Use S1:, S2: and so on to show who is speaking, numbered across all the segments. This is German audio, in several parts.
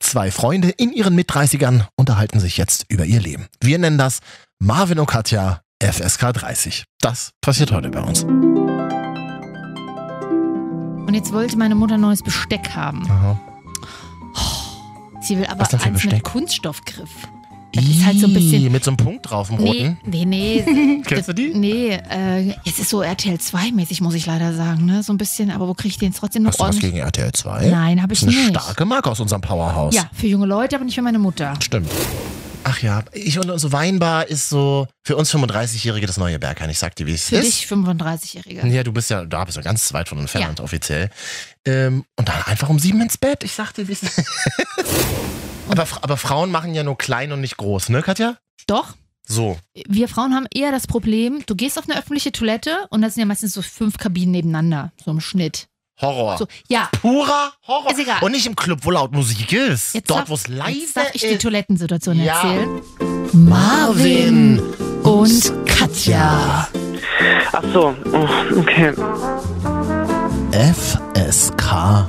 S1: Zwei Freunde in ihren Mit-30ern unterhalten sich jetzt über ihr Leben. Wir nennen das Marvin und Katja FSK 30. Das passiert heute bei uns.
S2: Und jetzt wollte meine Mutter neues Besteck haben.
S1: Aha.
S2: Sie will aber
S1: Was denn für
S2: eins mit
S1: Besteck?
S2: Kunststoffgriff. Das ist halt so ein bisschen.
S1: mit so einem Punkt drauf, dem
S2: Nee,
S1: roten.
S2: nee, nee.
S1: Kennst du die?
S2: Nee, äh, es ist so RTL 2-mäßig, muss ich leider sagen, ne? So ein bisschen, aber wo kriege ich den jetzt trotzdem noch
S1: Hast du was
S2: ordentlich?
S1: gegen RTL 2?
S2: Nein, habe
S1: Das
S2: ich
S1: ist eine
S2: nicht.
S1: starke Marke aus unserem Powerhouse.
S2: Ja, für junge Leute, aber nicht für meine Mutter.
S1: Stimmt. Ach ja, ich und unsere Weinbar ist so für uns 35-Jährige das neue Bergheim. Ich sag dir, wie es
S2: Für
S1: ist.
S2: dich 35-Jährige.
S1: Ja, du bist ja, da bist du ganz weit von entfernt offiziell. Ähm, und dann einfach um sieben ins Bett. Ich sagte, wir sind. aber, Fra- aber Frauen machen ja nur klein und nicht groß, ne, Katja?
S2: Doch,
S1: So.
S2: wir Frauen haben eher das Problem, du gehst auf eine öffentliche Toilette und da sind ja meistens so fünf Kabinen nebeneinander, so im Schnitt.
S1: Horror.
S2: So, ja,
S1: Purer Horror.
S2: Ist egal.
S1: Und nicht im Club, wo laut Musik ist.
S2: Jetzt
S1: Dort,
S2: darf-
S1: wo es leise
S2: jetzt darf ich die
S1: ist.
S2: Toilettensituation
S1: Ja.
S2: erzählen. Marvin und Katja.
S3: Ach so, oh, okay.
S1: FSK.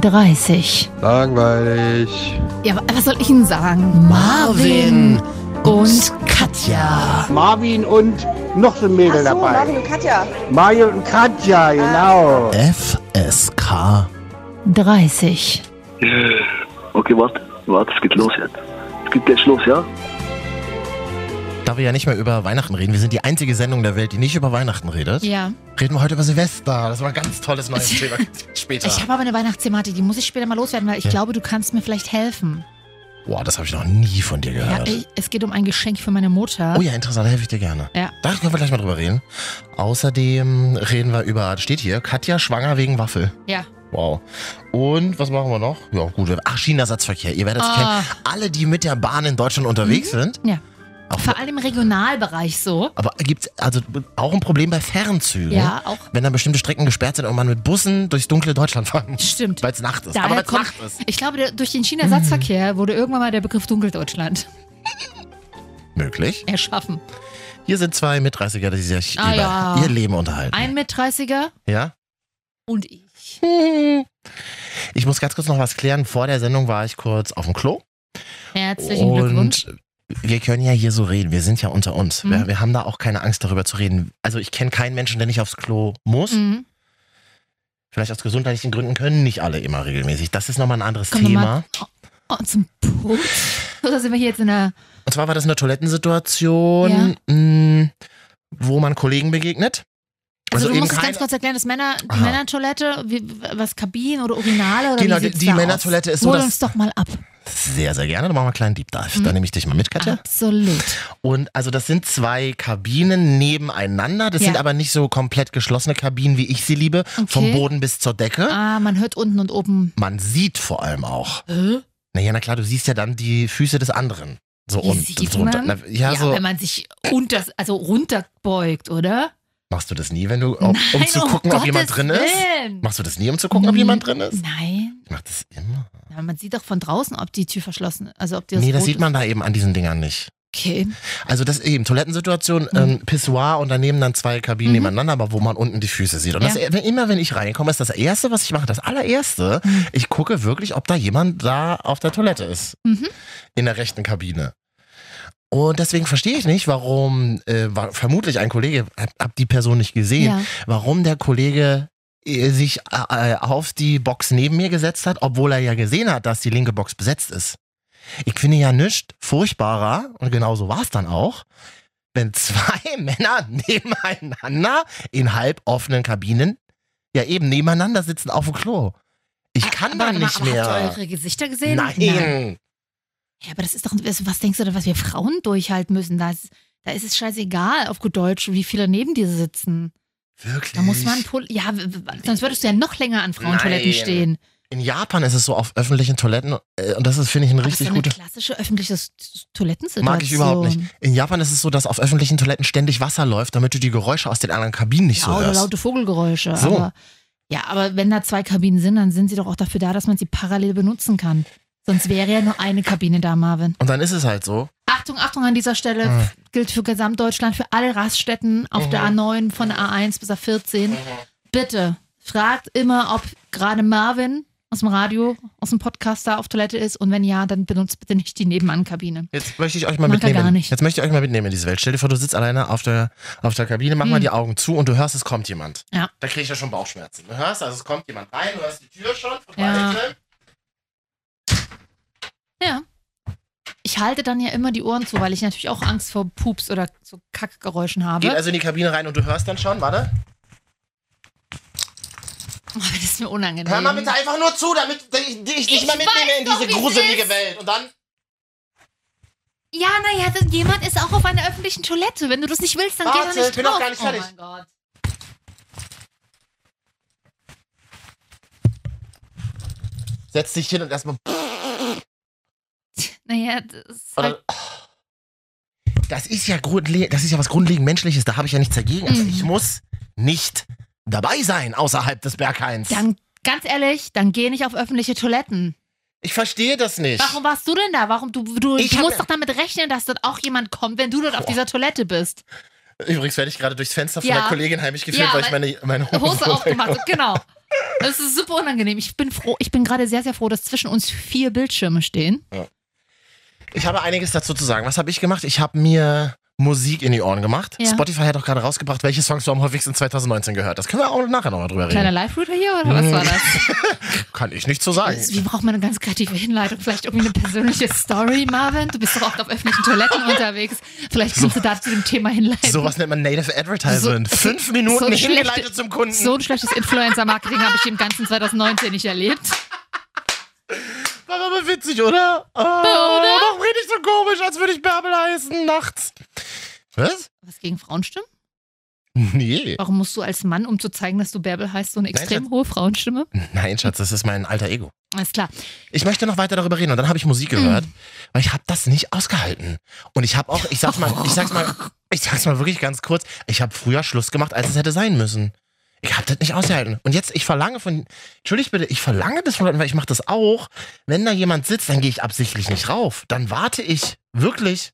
S2: 30.
S4: Langweilig.
S2: Ja, wa- was soll ich Ihnen sagen? Marvin und Katja.
S5: Marvin und noch so ein Mädel
S6: Ach so,
S5: dabei.
S6: Ah. Marvin und Katja.
S5: Mario und Katja, genau.
S1: FSK.
S2: 30.
S7: Äh, Okay, warte, warte, es geht los jetzt. Es geht gleich los, ja?
S1: Da wir ja nicht mehr über Weihnachten reden, wir sind die einzige Sendung der Welt, die nicht über Weihnachten redet,
S2: Ja.
S1: reden wir heute über Silvester. Das war ein ganz tolles neues Thema. Später.
S2: Ich habe aber eine Weihnachtsthematik, die muss ich später mal loswerden, weil ich
S1: Ja.
S2: glaube, du kannst mir vielleicht helfen.
S1: Boah, das habe ich noch nie von dir
S2: Ja,
S1: gehört.
S2: ich, es geht um ein Geschenk für meine Mutter.
S1: Oh ja, interessant, da helfe ich dir gerne.
S2: Ja.
S1: Da können wir gleich mal drüber reden. Außerdem reden wir über, steht hier, Katja schwanger wegen Waffel.
S2: Ja.
S1: Wow. Und was machen wir noch? Ja, gut. wir- Ach, Schienenersatzverkehr. Ihr werdet es kennen.
S2: Ah. Mhm.
S1: Alle, die mit der Bahn in Deutschland unterwegs sind.
S2: Ja.
S1: Auch,
S2: Vor allem im Regionalbereich so.
S1: aber gibt es also auch ein Problem bei Fernzügen?
S2: Ja, auch.
S1: Wenn dann bestimmte Strecken gesperrt sind und man mit Bussen durchs dunkle Deutschland fahren muss.
S2: Stimmt.
S1: Weil es Nacht ist.
S2: Daher
S1: aber weil's
S2: kommt-
S1: Nacht ist.
S2: Ich glaube, der, durch den China-Satzverkehr wurde irgendwann mal der Begriff Dunkeldeutschland
S1: Möglich.
S2: erschaffen.
S1: Hier sind zwei Mit-30er, die sich
S2: Ah,
S1: über
S2: ja.
S1: ihr Leben unterhalten.
S2: Ein mit 30er
S1: ja?
S2: und ich.
S1: Ich muss ganz kurz noch was klären. Vor der Sendung war ich kurz auf dem Klo.
S2: Herzlichen Glückwunsch.
S1: wir können ja hier so reden. Wir sind ja unter uns.
S2: Mhm.
S1: Wir, wir haben da auch keine Angst, darüber zu reden. Also ich kenne keinen Menschen, der nicht aufs Klo muss.
S2: Mhm.
S1: Vielleicht aus gesundheitlichen Gründen können nicht alle immer regelmäßig. Das ist nochmal ein anderes
S2: Kommen wir
S1: Thema.
S2: mal- Und Oh, zum Punkt. So, da sind wir hier jetzt in der.
S1: Und zwar war das eine Toilettensituation, mh, wo man Kollegen begegnet.
S2: Also, du
S1: eben
S2: musst es
S1: keine-
S2: ganz kurz erklären, das Männer, die
S1: Aha.
S2: Männertoilette, wie, was Kabinen oder Urinale oder
S1: Genau,
S2: wie
S1: die-
S2: sieht's
S1: die
S2: da
S1: Männertoilette
S2: aus?
S1: ist so,
S2: Hol
S1: dass-
S2: uns doch mal ab.
S1: Sehr, sehr gerne. Dann machen wir einen kleinen Deep Dive.
S2: Mhm.
S1: Dann nehme ich dich mal mit, Katja.
S2: Absolut.
S1: Und also das sind zwei Kabinen nebeneinander. Das
S2: Ja.
S1: sind aber nicht so komplett geschlossene Kabinen, wie ich sie liebe. Vom
S2: Okay.
S1: Boden ne? bis zur Decke.
S2: Ah, man hört unten und oben.
S1: Man sieht vor allem auch.
S2: Hä?
S1: Naja, na klar, du siehst ja dann die Füße des anderen. So
S2: Die
S1: und
S2: sieht
S1: drunter.
S2: man?
S1: Na, ja, so.
S2: wenn man sich unter, also runterbeugt, oder?
S1: Machst du das nie, wenn du, um, um zu gucken, ob jemand drin ist?
S2: ist.
S1: Machst du das nie, um zu gucken, ob
S2: Mhm.
S1: jemand drin ist?
S2: Nein,
S1: Ich mach das immer.
S2: aber man sieht doch von draußen, ob die Tür verschlossen ist. Also ob die
S1: nee, das
S2: rot
S1: sieht man da eben an diesen Dingern nicht.
S2: ist. Okay.
S1: Also das eben, Toilettensituation,
S2: Mhm.
S1: ähm, Pissoir und daneben dann zwei Kabinen
S2: Mhm.
S1: nebeneinander, aber wo man unten die Füße sieht. Und das, wenn, immer wenn ich reinkomme, ist das Erste, was ich mache, das allererste,
S2: Mhm.
S1: ich gucke wirklich, ob da jemand da auf der Toilette ist.
S2: Mhm.
S1: In der rechten Kabine. Und deswegen verstehe ich nicht, warum, äh, war vermutlich ein Kollege, hab, hab die Person nicht gesehen,
S2: Ja.
S1: warum der Kollege äh, sich äh, auf die Box neben mir gesetzt hat, obwohl er ja gesehen hat, dass die linke Box besetzt ist. Ich finde ja nichts furchtbarer, und genau so war es dann auch, wenn zwei Männer nebeneinander in halboffenen Kabinen ja eben nebeneinander sitzen auf dem Klo. Ich kann
S2: Ah, aber,
S1: da
S2: aber,
S1: nicht
S2: aber Habt ihr
S1: mehr.
S2: eure Gesichter gesehen?
S1: Nein.
S2: Ja, aber das ist doch, was denkst du denn, was wir Frauen durchhalten müssen? Da ist, da ist es scheißegal, auf gut Deutsch, wie viele neben dir sitzen.
S1: Wirklich.
S2: Da muss man, pull- ja, w- w- sonst würdest du ja noch länger an Frauentoiletten
S1: Nein.
S2: stehen.
S1: In Japan ist es so auf öffentlichen Toiletten äh, und das ist, finde ich, ein
S2: Aber das ist
S1: richtig
S2: doch eine
S1: guter.
S2: klassische öffentliche S- Toilettensituation.
S1: Mag ich überhaupt nicht. In Japan ist es so, dass auf öffentlichen Toiletten ständig Wasser läuft, damit du die Geräusche aus den anderen Kabinen nicht
S2: Ja,
S1: so
S2: oder
S1: hörst.
S2: laute Vogelgeräusche.
S1: So.
S2: Aber, ja, aber wenn da zwei Kabinen sind, dann sind sie doch auch dafür da, dass man sie parallel benutzen kann. Sonst wäre ja nur eine Kabine da, Marvin.
S1: Und dann ist es halt so.
S2: Achtung, Achtung an dieser Stelle.
S1: Mhm.
S2: Gilt für Gesamtdeutschland, für alle Raststätten auf der A9
S1: Mhm.
S2: von A1 bis A14. Bitte fragt immer, ob gerade Marvin aus dem Radio, aus dem Podcast da auf Toilette ist? Und wenn ja, dann benutzt bitte nicht die Nebenankabine.
S1: Jetzt möchte ich euch mal
S2: Mag er
S1: mitnehmen.
S2: gar nicht.
S1: Jetzt möchte ich euch mal mitnehmen in diese Welt. Stell dir vor, du sitzt alleine auf der, auf der Kabine, mach mal
S2: Hm.
S1: die Augen zu und du hörst, es kommt jemand.
S2: Ja.
S1: Da krieg ich ja schon Bauchschmerzen. Du hörst, also es kommt jemand rein, du hörst die Tür schon von
S2: Ja.
S1: weitem.
S2: Ja. Ich halte dann ja immer die Ohren zu, weil ich natürlich auch Angst vor Pups oder so Kackgeräuschen habe.
S1: Geht also in die Kabine rein und du hörst dann schon, warte.
S2: Aber das ist mir unangenehm.
S1: Hör mal bitte einfach nur zu, damit ich dich nicht
S4: Ich
S1: mal mitnehme
S4: weiß
S1: in
S4: doch,
S1: diese
S4: wie's
S1: gruselige
S4: ist.
S1: Welt. Und dann.
S4: Ja, naja, jemand ist auch auf einer öffentlichen Toilette. Wenn du das nicht willst, dann geh
S1: Warte,
S4: doch nicht
S1: ich bin
S4: drauf.
S1: noch gar nicht
S4: oh
S1: fertig.
S4: mein Gott.
S1: Setz dich hin und erstmal.
S2: Naja, das ist halt
S1: Oder, das ist ja grundle- das ist ja was grundlegend menschliches, da habe ich ja nichts dagegen. Also
S2: Mhm.
S1: ich muss nicht dabei sein außerhalb des Berghains.
S2: Dann, ganz ehrlich, dann geh nicht auf öffentliche Toiletten.
S1: Ich verstehe das nicht.
S2: Warum warst du denn da? Warum du, du,
S1: Ich
S2: du
S1: hab-
S2: musst doch damit rechnen, dass dort auch jemand kommt, wenn du dort auf
S1: Boah.
S2: dieser Toilette bist.
S1: Übrigens werde ich gerade durchs Fenster von
S2: Ja.
S1: der Kollegin heimlich gefilmt,
S2: Ja,
S1: weil ich meine, meine Hose,
S2: Hose aufgemacht, genau. Das ist super unangenehm. Ich bin froh, ich bin gerade sehr, sehr froh, dass zwischen uns vier Bildschirme stehen.
S1: Ich habe einiges dazu zu sagen. Was habe ich gemacht? Ich habe mir Musik in die Ohren gemacht.
S2: Ja.
S1: Spotify hat auch gerade rausgebracht, welche Songs du am häufigsten 2019 gehört. Das können wir auch nachher nochmal drüber
S2: Kleiner
S1: reden.
S2: Live-Router hier oder was war das?
S1: Kann ich nicht so sagen.
S2: das? Wir brauchen mal eine ganz kreative Hinleitung. Vielleicht irgendwie eine persönliche Story, Marvin. Du bist doch oft auf öffentlichen Toiletten unterwegs. Vielleicht kannst du da zu dem Thema hinleiten.
S1: Sowas nennt man Native Advertisement.
S2: So-
S1: Fünf Minuten
S2: eine
S1: hingeleitet
S2: schlechte-
S1: zum Kunden.
S2: So ein schlechtes Influencer-Marketing habe ich im ganzen 2019 nicht erlebt.
S1: War aber witzig, oder? Oh, Warum rede ich so komisch, als würde ich Bärbel heißen nachts? Was?
S2: Was gegen Frauenstimmen?
S1: Nee.
S2: Warum musst du als Mann, um zu zeigen, dass du Bärbel heißt, so eine extrem
S1: Schatz.
S2: hohe Frauenstimme?
S1: Nein, Schatz, das ist mein alter Ego.
S2: Alles klar.
S1: Ich möchte noch weiter darüber reden und dann habe ich Musik gehört, weil ich habe das nicht ausgehalten. Und ich habe auch, ich sag's mal, ich sag's mal, ich sag's mal wirklich ganz kurz, ich habe früher Schluss gemacht, als es hätte sein müssen. Ich habe das nicht ausgehalten. Und jetzt, ich verlange von, entschuldigt bitte, ich verlange das von Leuten, weil ich mache das auch. Wenn da jemand sitzt, dann gehe ich absichtlich nicht rauf. Dann warte ich wirklich.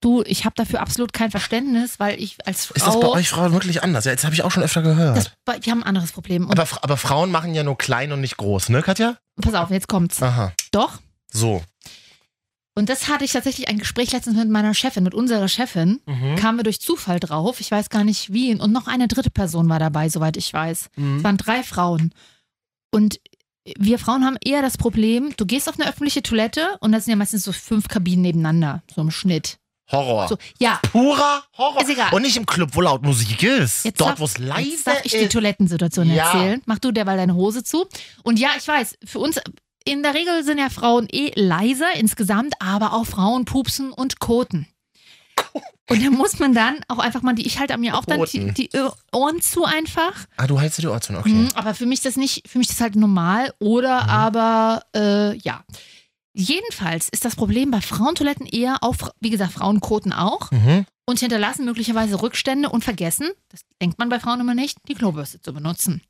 S2: Du, ich habe dafür absolut kein Verständnis, weil ich als Frau.
S1: Ist das bei euch Frauen wirklich anders? Ja, jetzt habe ich auch schon öfter gehört.
S2: das- bei- wir haben ein anderes Problem. Und
S1: aber, Fra- aber Frauen machen ja nur klein und nicht groß, ne, Katja?
S2: pass auf, jetzt kommt's.
S1: Aha.
S2: Doch.
S1: So.
S2: Und das hatte ich tatsächlich ein Gespräch letztens mit meiner Chefin, mit unserer Chefin.
S1: Hm?
S2: Kamen wir durch Zufall drauf. Ich weiß gar nicht wie. Und noch eine dritte Person war dabei, soweit ich weiß.
S1: Hm?
S2: Es
S1: Mhm.
S2: waren drei Frauen. Und wir Frauen haben eher das Problem, du gehst auf eine öffentliche Toilette und da sind ja meistens so fünf Kabinen nebeneinander, so im Schnitt.
S1: Horror.
S2: So, ja,
S1: Purer Horror.
S2: Ist egal.
S1: Und nicht im Club, wo laut Musik ist.
S2: Jetzt
S1: Dort,
S2: darf-
S1: wo es leise
S2: jetzt darf ich die
S1: ist.
S2: Toilettensituation
S1: Ja.
S2: erzählen. Mach du derweil deine Hose zu. Und ja, ich weiß, für uns, in der Regel sind ja Frauen eh leiser insgesamt, aber auch Frauen pupsen und koten. Und da muss man dann auch einfach mal, die, ich halte mir auch dann die,
S1: Koten.
S2: die Ohren zu einfach.
S1: ah, du hältst dir die Ortsun, okay.
S2: Mhm, aber für mich das nicht, für mich das halt normal oder
S1: Mhm.
S2: aber äh, ja. Jedenfalls ist das Problem bei Frauentoiletten eher auch, wie gesagt, Frauenkoten auch
S1: Mhm.
S2: und hinterlassen möglicherweise Rückstände und vergessen, das denkt man bei Frauen immer nicht, die Klobürste zu benutzen.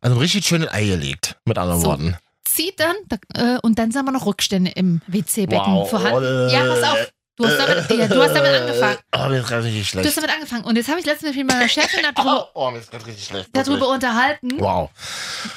S1: Also ein richtig schönes Ei gelegt, mit anderen
S2: So.
S1: Worten.
S2: Zieht dann da, äh, und dann sind aber noch Rückstände im WC-Becken vorhanden.
S1: äh,
S2: Ja, pass auf. Du hast damit, ja, du hast damit angefangen.
S1: Oh, mir ist gerade richtig
S2: Du hast
S1: schlecht.
S2: damit angefangen. Und jetzt habe ich letztens mit meiner Chefin
S1: Oh,
S2: darüber,
S1: oh, mir ist gerade richtig schlecht.
S2: darüber unterhalten,
S1: Wow.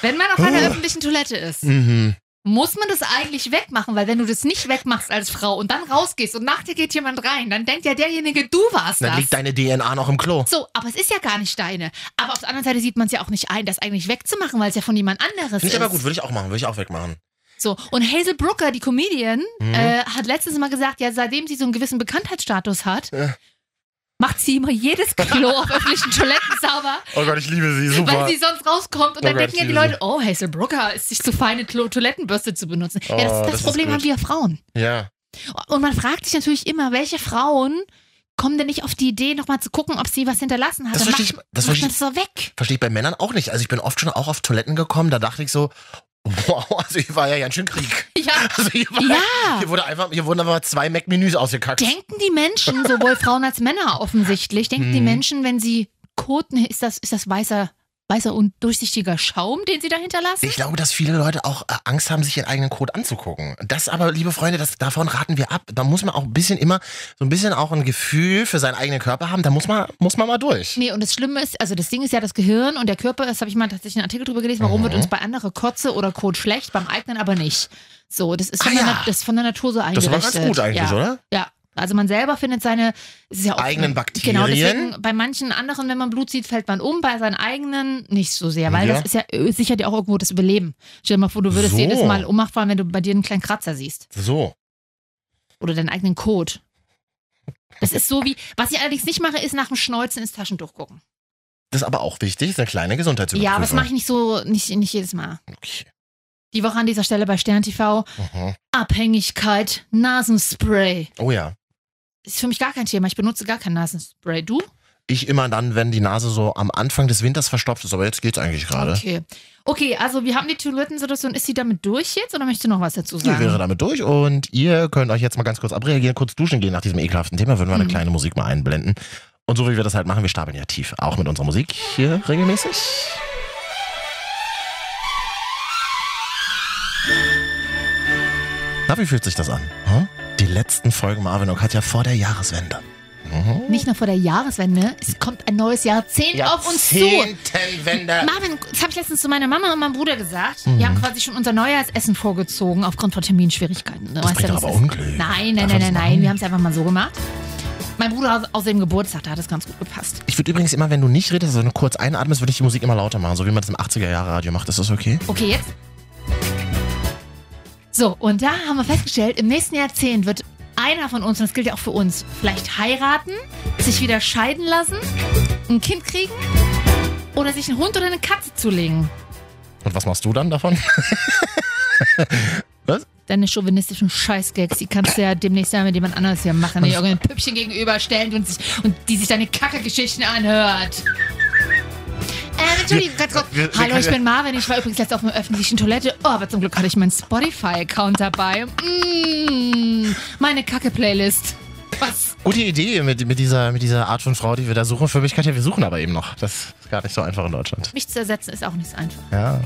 S2: wenn man auf einer
S1: Uh.
S2: öffentlichen Toilette ist.
S1: Mhm.
S2: muss man das eigentlich wegmachen, weil wenn du das nicht wegmachst als Frau und dann rausgehst und nach dir geht jemand rein, dann denkt ja derjenige, du warst
S1: Dann
S2: das.
S1: liegt deine DNA noch im Klo.
S2: so, aber es ist ja gar nicht deine. Aber auf der anderen Seite sieht man es ja auch nicht ein, das eigentlich wegzumachen, weil es ja von jemand anderes
S1: Finde ich
S2: ist.
S1: aber gut, würde ich auch machen, würde ich auch wegmachen.
S2: So, und Hazel Brooker, die Comedian,
S1: Mhm.
S2: äh, hat letztens mal gesagt, ja, seitdem sie so einen gewissen Bekanntheitsstatus hat,
S1: Ja.
S2: macht sie immer jedes Klo auf öffentlichen Toiletten sauber,
S1: Oh Gott, ich liebe sie,
S2: weil sie sonst rauskommt. Und dann
S1: Oh Gott,
S2: denken ja die
S1: ich liebe
S2: Leute, oh, Hazel Brooker ist sich zu feine Klo Toilettenbürste zu benutzen. ja, das,
S1: Oh,
S2: das,
S1: das ist
S2: Problem
S1: gut.
S2: haben wir Frauen.
S1: Ja.
S2: Und man fragt sich natürlich immer, welche Frauen kommen denn nicht auf die Idee, nochmal zu gucken, ob sie was hinterlassen hat.
S1: Das
S2: Dann
S1: verstehe ich,
S2: macht,
S1: das
S2: macht
S1: verstehe
S2: man
S1: ich
S2: das doch weg.
S1: Verstehe ich bei Männern auch nicht. Also ich bin oft schon auch auf Toiletten gekommen, da dachte ich so, wow, also hier war ja ganz schön Krieg.
S2: Ja.
S1: Also hier, war,
S2: Ja,
S1: hier, wurde einfach, hier wurden einfach mal zwei Mac-Menüs ausgekackt.
S2: denken die Menschen, sowohl Frauen als Männer offensichtlich, denken die
S1: Mhm.
S2: Menschen, wenn sie koten, ist das, ist das weißer weißer und durchsichtiger Schaum, den sie da hinterlassen.
S1: Ich glaube, dass viele Leute auch äh, Angst haben, sich ihren eigenen Code anzugucken. Das aber, liebe Freunde, das, davon raten wir ab. Da muss man auch ein bisschen immer, so ein bisschen auch ein Gefühl für seinen eigenen Körper haben. Da muss man, muss man mal durch.
S2: Nee, und das Schlimme ist, also das Ding ist ja das Gehirn und der Körper, das habe ich mal tatsächlich einen Artikel drüber gelesen, warum
S1: Mhm.
S2: wird uns bei anderen Kotze oder Kot schlecht, beim eigenen aber nicht. So, das ist
S1: Ah
S2: von, der,
S1: ja.
S2: Na- das ist von der Natur so
S1: Das war
S2: eingerichtet.
S1: ganz gut eigentlich,
S2: ja.
S1: oder?
S2: Ja. Also man selber findet seine es ist ja auch,
S1: Eigenen Bakterien.
S2: Genau, deswegen bei manchen anderen, wenn man Blut sieht, fällt man um, bei seinen eigenen nicht so sehr, weil
S1: Ja.
S2: das ist ja äh, sichert ja auch irgendwo das Überleben. Stell dir mal vor, du würdest
S1: So.
S2: jedes Mal ummacht fallen, wenn du bei dir einen kleinen Kratzer siehst
S1: So.
S2: oder deinen eigenen Kot. Das ist so wie, was ich allerdings nicht mache, ist nach dem Schneuzen ins Taschentuch gucken.
S1: Das ist aber auch wichtig, ist eine kleine Gesundheitsüberprüfung.
S2: Ja, aber das mache ich nicht so, nicht, nicht jedes Mal.
S1: Okay.
S2: Die Woche an dieser Stelle bei Stern TV.
S1: Mhm.
S2: Abhängigkeit, Nasenspray.
S1: Oh ja.
S2: Ist für mich gar kein Thema. Ich benutze gar kein Nasenspray. Du?
S1: Ich immer dann, wenn die Nase so am Anfang des Winters verstopft ist, aber jetzt geht's eigentlich gerade.
S2: Okay. Okay, also wir haben die Toilettensituation. Ist sie damit durch jetzt oder möchtest du noch was dazu
S1: Ich wäre
S2: sagen?
S1: damit durch und ihr könnt euch jetzt mal ganz kurz abreagieren, kurz duschen gehen nach diesem ekelhaften Thema, würden wir eine
S2: Mhm.
S1: kleine Musik mal einblenden. Und so wie wir das halt machen, wir stapeln ja tief, auch mit unserer Musik hier regelmäßig. Na, wie fühlt sich das an? Hm? Die letzten Folgen Marvin und Katja vor der Jahreswende. Mhm.
S2: Nicht nur vor der Jahreswende. Es kommt ein neues Jahrzehnt auf uns zu.
S1: Jahrzehntenwende.
S2: Marvin, das habe ich letztens zu meiner Mama und meinem Bruder gesagt.
S1: Mhm.
S2: Wir haben quasi schon unser Neujahrsessen vorgezogen aufgrund von Terminschwierigkeiten. Du
S1: Das
S2: weißt ja,
S1: bringt doch
S2: wie es
S1: aber
S2: ist.
S1: Unglück. Darf
S2: Nein, nein, nein,
S1: man das
S2: nein,
S1: machen?
S2: nein. Wir haben es einfach mal so gemacht. Mein Bruder hat außerdem Geburtstag, da hat es ganz gut gepasst.
S1: Ich würde übrigens immer, wenn du nicht redest, sondern kurz einatmest, würde ich die Musik immer lauter machen, so wie man das im 80er-Jahre-Radio macht. Ist das okay?
S2: Okay, jetzt? So, und da haben wir festgestellt, im nächsten Jahrzehnt wird einer von uns, und das gilt ja auch für uns, vielleicht heiraten, sich wieder scheiden lassen, ein Kind kriegen oder sich einen Hund oder eine Katze zulegen.
S1: Und was machst du dann davon?
S2: Deine chauvinistischen Scheißgags, die kannst du ja demnächst ja mit jemand anders hier machen, die irgendein Püppchen gegenüberstellt und, sich, und die sich deine Kacke-Geschichten anhört. Äh, Entschuldigung, ganz kurz.
S1: wir- wir
S2: Hallo, ich
S1: können-
S2: bin Marvin. Ich war übrigens letztens auf einer öffentlichen Toilette. Oh, aber zum Glück hatte ich meinen Spotify-Account dabei. Mm, meine Kacke-Playlist. Was?
S1: Gute Idee mit, mit, dieser, mit dieser Art von Frau, die wir da suchen. Für mich kann ja, wir suchen aber eben noch. Das ist gar nicht so einfach in Deutschland.
S2: Mich zu ersetzen ist auch nicht so einfach.
S1: Ja.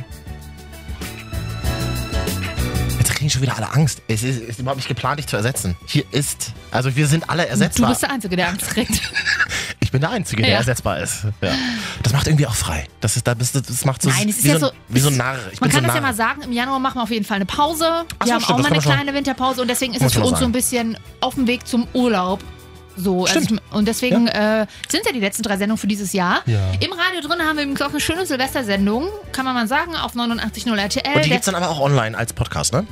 S1: Jetzt kriegen schon wieder alle Angst. Es ist, ist überhaupt nicht geplant, dich zu ersetzen. Hier ist. Also wir sind alle
S2: Du
S1: ersetzbar.
S2: bist der Einzige, der Angst kriegt.
S1: ich bin der Einzige, der
S2: Ja.
S1: ersetzbar ist. Ja. Das macht irgendwie auch frei. Das, ist, da bist du- das macht so,
S2: Nein, es ist
S1: wie,
S2: ja
S1: so, ein-
S2: so-
S1: wie so ein Narr. Ich
S2: Man
S1: bin
S2: kann
S1: so ein
S2: das
S1: Narr.
S2: ja mal sagen, im Januar machen wir auf jeden Fall eine Pause.
S1: Ach
S2: wir
S1: so,
S2: haben
S1: stimmt, das
S2: auch mal
S1: kann
S2: eine
S1: man schon-
S2: kleine Winterpause und deswegen ist
S1: Muss
S2: es für
S1: man
S2: uns so
S1: sagen.
S2: ein bisschen auf dem Weg zum Urlaub. So, also
S1: Stimmt.
S2: ich, und deswegen äh, sind ja die letzten drei Sendungen für dieses Jahr.
S1: Ja.
S2: Im Radio drin haben wir eben auch eine schöne Silvestersendung, kann man mal sagen, auf 89.0 RTL.
S1: Und die
S2: Der-
S1: gibt's dann aber auch online als Podcast, ne?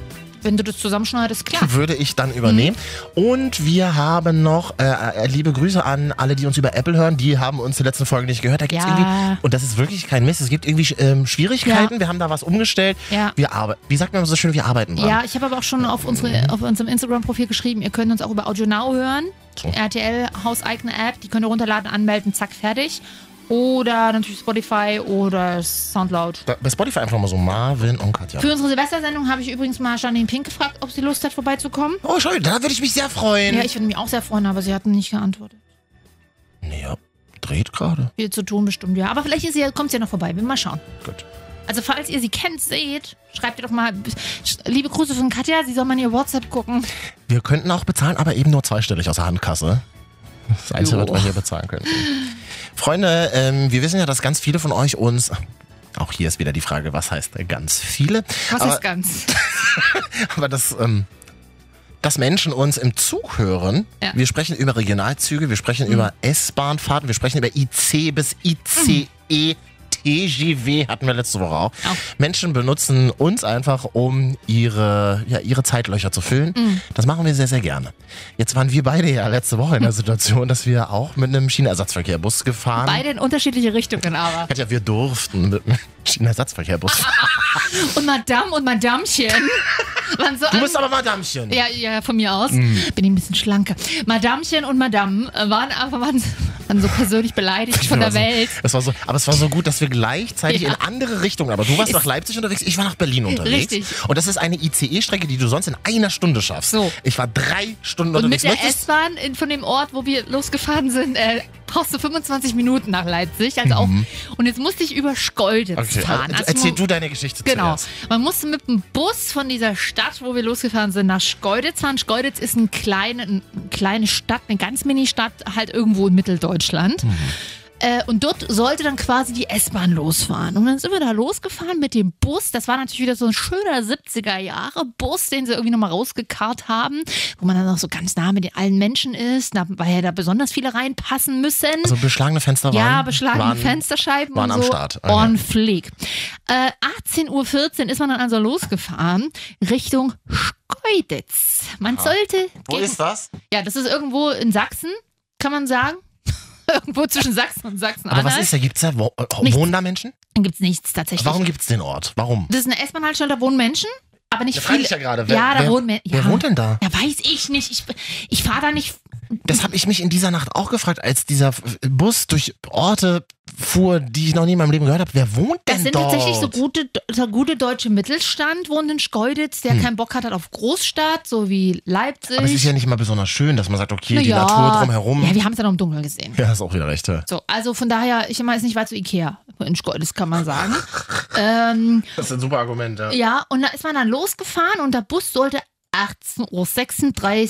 S2: wenn du das zusammenschneidest, klar.
S1: würde ich dann übernehmen. Und wir haben noch äh, äh, liebe Grüße an alle, die uns über Apple hören. Die haben uns die letzten Folgen nicht gehört. Da gibt's
S2: Ja.
S1: irgendwie, und das ist wirklich kein Mist. Es gibt irgendwie ähm, Schwierigkeiten. Wir haben da was umgestellt.
S2: Ja.
S1: Wir arbeiten, wie sagt man so schön, wir arbeiten dran.
S2: Ja, ich habe aber auch schon auf, unsere, auf unserem Instagram-Profil geschrieben, ihr könnt uns auch über Audio Now hören.
S1: So.
S2: RTL hauseigene App, die könnt ihr runterladen, anmelden, zack, fertig. Oder natürlich Spotify oder Soundcloud.
S1: Bei- Bei Spotify einfach mal so Marvin und Katja.
S2: Für unsere Silvestersendung habe ich übrigens mal Janine Pink gefragt, ob sie Lust hat, vorbeizukommen.
S1: Oh, schön, da würde ich mich sehr freuen.
S2: Ja, ich würde mich auch sehr freuen, aber sie hatten nicht geantwortet.
S1: ja, dreht gerade.
S2: Viel zu tun bestimmt, ja. Aber vielleicht ist sie, ja- kommt sie ja noch vorbei. Wir mal schauen.
S1: Gut.
S2: Also, falls ihr sie kennt, seht, schreibt ihr doch mal. sch- Liebe Grüße von Katja, sie soll mal in ihr WhatsApp gucken.
S1: Wir könnten auch bezahlen, aber eben nur zweistellig aus der Handkasse. Das Einzige,
S2: Jo.
S1: was wir hier bezahlen könnten. Freunde, ähm, wir wissen ja, dass ganz viele von euch uns. Auch hier ist wieder die Frage, was heißt ganz viele?
S2: Was
S1: aber,
S2: ist ganz?
S1: aber dass, ähm, dass Menschen uns im Zug hören.
S2: Ja. Mhm.
S1: Wir sprechen über Regionalzüge, wir sprechen über S-Bahnfahrten, wir sprechen über IC bis E ICE. TGW hatten wir letzte Woche auch.
S2: Auch.
S1: Menschen benutzen uns einfach, um ihre, ja, ihre Zeitlöcher zu füllen.
S2: Mhm.
S1: Das machen wir sehr, sehr gerne. Jetzt waren wir beide ja letzte Woche in der Situation, dass wir auch mit einem Schienenersatzverkehrbus gefahren
S2: Beide in unterschiedliche Richtungen aber.
S1: Katja, wir durften mit einem Schienenersatzverkehrbus.
S2: Ah, Und Madame und Madamchen. Waren so
S1: Du Mhm.
S2: an-
S1: bist aber Madamchen.
S2: Ja, ja, von mir aus. Bin ich ein bisschen schlanker. Madamchen und Madame äh, waren aber waren, waren so persönlich beleidigt von der
S1: Das war
S2: Welt.
S1: So, also, das war so, aber es war so gut, dass wir gleichzeitig
S2: Ja.
S1: in andere Richtungen, aber du warst nach Leipzig unterwegs, ich war nach Berlin unterwegs.
S2: Richtig.
S1: Und das ist eine ICE-Strecke, die du sonst in einer Stunde schaffst.
S2: So.
S1: Ich war drei Stunden
S2: Und
S1: unterwegs.
S2: mit der
S1: Möchtest-
S2: S-Bahn in- von dem Ort, wo wir losgefahren sind, äh, brauchst du 25 Minuten nach Leipzig. Also auch.
S1: Mhm.
S2: Und jetzt musste ich über Schkolditz
S1: Okay.
S2: fahren.
S1: Also,
S2: Also
S1: erzähl
S2: man-
S1: du deine Geschichte
S2: Genau.
S1: zuerst.
S2: Man musste mit dem Bus von dieser Stadt, wo wir losgefahren sind, nach Schkeuditz fahren. Schkeuditz ist ein kleine, ein- eine kleine Stadt, eine ganz Mini-Stadt, halt irgendwo in Mitteldeutschland. Äh, Und dort sollte dann quasi die S-Bahn losfahren. Und dann sind wir da losgefahren mit dem Bus. Das war natürlich wieder so ein schöner 70er-Jahre-Bus, den sie irgendwie nochmal rausgekarrt haben, wo man dann noch so ganz nah mit den allen Menschen ist, da- weil ja da besonders viele reinpassen müssen.
S1: Also beschlagene Fenster waren.
S2: Ja, beschlagene
S1: waren,
S2: Fensterscheiben
S1: waren
S2: und
S1: am
S2: so.
S1: Start. Ah,
S2: On
S1: ja.
S2: fleek. Äh, 18.14 Uhr ist man dann also losgefahren Richtung Schkeuditz. Man sollte.
S1: Wo
S2: gegen-
S1: ist das?
S2: Ja, das ist irgendwo in Sachsen, kann man sagen. irgendwo zwischen Sachsen und
S1: Aber was
S2: Sachsen-Anhalt.
S1: ist da? Gibt's da? Wo, äh,
S2: Nichts.
S1: wohnen da Menschen?
S2: Dann gibt's nichts tatsächlich.
S1: Warum gibt's den Ort? Warum?
S2: Das ist eine S-Bahn-Haltestelle, da wohnen Menschen, aber nicht
S1: Da frage
S2: viele.
S1: ich ja gerade. Wer,
S2: Ja, da
S1: wer,
S2: wohnen Menschen.
S1: wer
S2: Ja.
S1: wohnt denn da?
S2: Ja, weiß ich nicht. Ich, ich fahre da nicht.
S1: Das habe ich mich in dieser Nacht auch gefragt, als dieser F- Bus durch Orte fuhr, die ich noch nie in meinem Leben gehört habe. Wer wohnt denn
S2: Das sind
S1: dort?
S2: tatsächlich so gute, so gute deutsche Mittelstand, wohnt in Schkeuditz, der
S1: Hm.
S2: keinen Bock hat, hat auf Großstadt, so wie Leipzig.
S1: Aber es ist ja nicht mal besonders schön, dass man sagt, okay,
S2: Na
S1: die
S2: ja.
S1: Natur drumherum.
S2: Ja, wir haben es ja noch im Dunkeln gesehen.
S1: Ja, hast auch wieder recht. ja.
S2: So, also von daher, ich meine, es ist nicht weit zu Ikea in Schkoldes, kann man sagen. ähm,
S1: Das ist ein super Argument, ja.
S2: ja, und da ist man dann losgefahren und der Bus sollte 18.36 Uhr.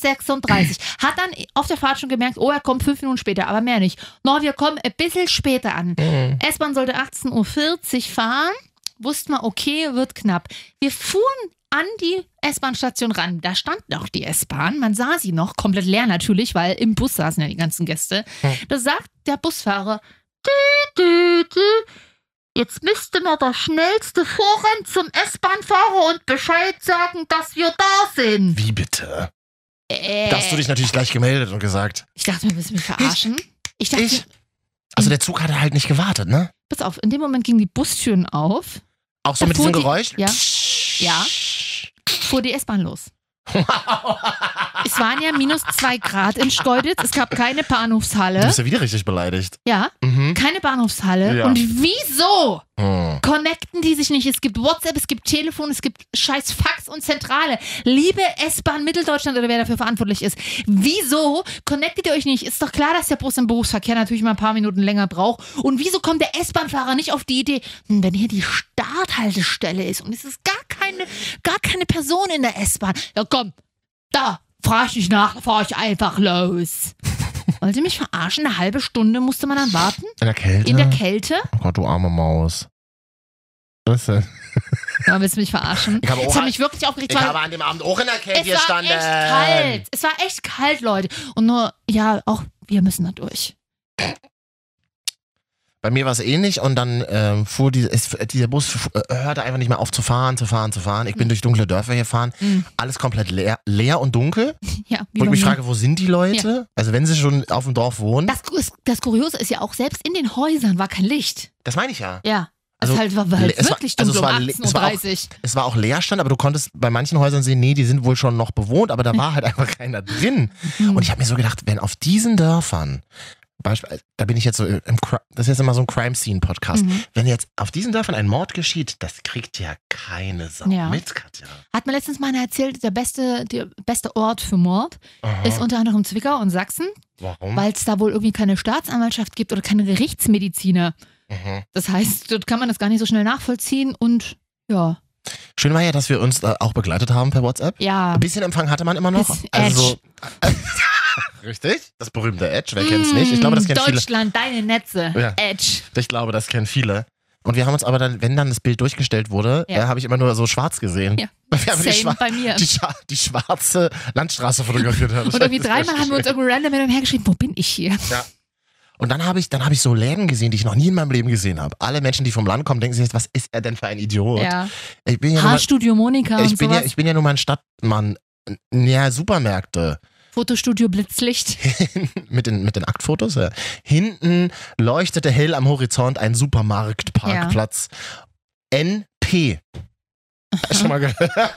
S2: 36. Hat dann auf der Fahrt schon gemerkt, oh, er kommt fünf Minuten später, aber mehr nicht. No, wir kommen ein bisschen später an.
S1: Mhm.
S2: S-Bahn sollte 18.40 Uhr fahren. Wussten wir, okay, wird knapp. Wir fuhren an die S-Bahn-Station ran. Da stand noch die S-Bahn. Man sah sie noch, komplett leer natürlich, weil im Bus saßen ja die ganzen Gäste.
S1: Hm.
S2: Da sagt der Busfahrer, "Dü, dü, dü. jetzt müsste mir der Schnellste voran zum S-Bahn-Fahrer und Bescheid sagen, dass wir da sind.
S1: Wie bitte?
S2: Äh,
S1: Da hast du dich natürlich gleich gemeldet und gesagt.
S2: ich dachte, wir müssen mich verarschen. Ich dachte,
S1: Ich? Also der Zug hatte halt nicht gewartet, ne?
S2: pass auf, in dem Moment gingen die Bustüren auf,
S1: Auch so
S2: Da
S1: mit
S2: fuhr
S1: diesem
S2: die-
S1: Geräusch?
S2: ja. Ja. fuhr die S-Bahn los. Es waren ja minus zwei Grad in Schkeuditz. Es gab keine
S1: Du
S2: Bahnhofshalle.
S1: bist ja wieder richtig beleidigt.
S2: Ja,
S1: Mhm.
S2: keine Bahnhofshalle.
S1: Ja.
S2: Und wieso
S1: Hm.
S2: connecten die sich nicht? Es gibt WhatsApp, es gibt Telefon, es gibt scheiß Fax und Zentrale. Liebe S-Bahn Mitteldeutschland oder wer dafür verantwortlich ist. Wieso connectet ihr euch nicht? Ist doch klar, dass der Bus im Berufsverkehr natürlich mal ein paar Minuten länger braucht. Und wieso kommt der S-Bahn-Fahrer nicht auf die Idee, hm, wenn hier die Starthaltestelle ist und es ist gar keine, gar keine Person in der S-Bahn. Ja komm, da fahr ich nicht nach, da fahr ich einfach los. Wollt ihr mich verarschen? Eine halbe Stunde musste man dann warten?
S1: In der Kälte?
S2: In der Kälte?
S1: Oh Gott, du arme Maus. Was denn?
S2: Ja, willst du mich verarschen?
S1: Ich habe
S2: Das
S1: auch-
S2: hat mich wirklich aufgeregt.
S1: Ich
S2: Es war-
S1: habe an dem Abend auch in der Kälte
S2: es war
S1: gestanden.
S2: echt kalt. Es war echt kalt, Leute. Und nur, ja, auch wir müssen da durch.
S1: Bei mir war es ähnlich und dann ähm, fuhr die, es, dieser Bus fu- äh, hörte einfach nicht mehr auf zu fahren, zu fahren, zu fahren. Ich
S2: Hm.
S1: bin durch dunkle Dörfer gefahren,
S2: Mhm.
S1: alles komplett leer, leer und dunkel. Wo
S2: Ja, wie
S1: ich
S2: bei
S1: mich
S2: mir.
S1: frage, wo sind die Leute? Also wenn sie schon auf dem Dorf wohnen, das,
S2: Das, ist- das Kuriose ist ja auch, selbst in den Häusern war kein Licht.
S1: meine ich ja.
S2: Ja.
S1: Also,
S2: es halt war, war halt
S1: es war-
S2: wirklich
S1: also
S2: dumm,
S1: es
S2: so um
S1: war le- es war auch-
S2: 18.30 Uhr.
S1: Es war auch Leerstand, aber du konntest bei manchen Häusern sehen, nee, die sind wohl schon noch bewohnt, aber da war halt einfach keiner drin.
S2: Hm.
S1: Und ich habe mir so gedacht, wenn auf diesen Dörfern, Beispiel, äh, da bin ich jetzt so im, Cri- das ist jetzt immer so ein Crime Scene Podcast,
S2: Mhm.
S1: wenn jetzt auf diesen Dörfern ein Mord geschieht, das kriegt ja keine Sau
S2: Ja.
S1: mit, Katja.
S2: Hat mir letztens mal einer erzählt, der beste, der beste Ort für Mord
S1: Aha.
S2: ist unter anderem Zwickau und Sachsen,
S1: Warum?
S2: weil es da wohl irgendwie keine Staatsanwaltschaft gibt oder keine Gerichtsmediziner.
S1: mhm.
S2: Das heißt, dort kann man das gar nicht so schnell nachvollziehen und ja,
S1: Schön war ja, dass wir uns äh, auch begleitet haben per WhatsApp.
S2: ja.
S1: Ein bisschen Empfang hatte man immer noch.
S2: Bisschen
S1: Also, richtig? Das berühmte Edge, wer
S2: Mm,
S1: kennt's nicht? Ich glaube, das kennen viele. Oh
S2: Deutschland, deine Netze.
S1: Ja.
S2: Edge.
S1: Ich glaube, das kennen viele. Und wir haben uns aber dann, wenn dann das Bild durchgestellt wurde,
S2: Ja.
S1: äh, habe ich immer nur so schwarz gesehen.
S2: Ja.
S1: Weil wir aber die,
S2: Same
S1: schwa
S2: bei mir.
S1: die, scha die schwarze Landstraße fotografiert haben.
S2: Und irgendwie dreimal haben wir
S1: uns.
S2: uns irgendwo random hin und her geschrieben, wo bin ich hier?
S1: Und dann habe ich, dann habe ich so Läden gesehen, die ich noch nie in meinem Leben gesehen habe. Alle Menschen, die vom Land kommen, denken sich jetzt, was ist er denn für ein Idiot?
S2: Ja.
S1: Ich bin ja nur mal,
S2: Haarstudio Monika
S1: ich
S2: und
S1: bin
S2: sowas.
S1: ja, ich bin ja nur mal ein Stadtmann. Ja, Supermärkte.
S2: Fotostudio Blitzlicht.
S1: mit den, mit den Aktfotos. Ja. Hinten leuchtete hell am Horizont ein Supermarktparkplatz. NP. Hast du Schon mal gehört?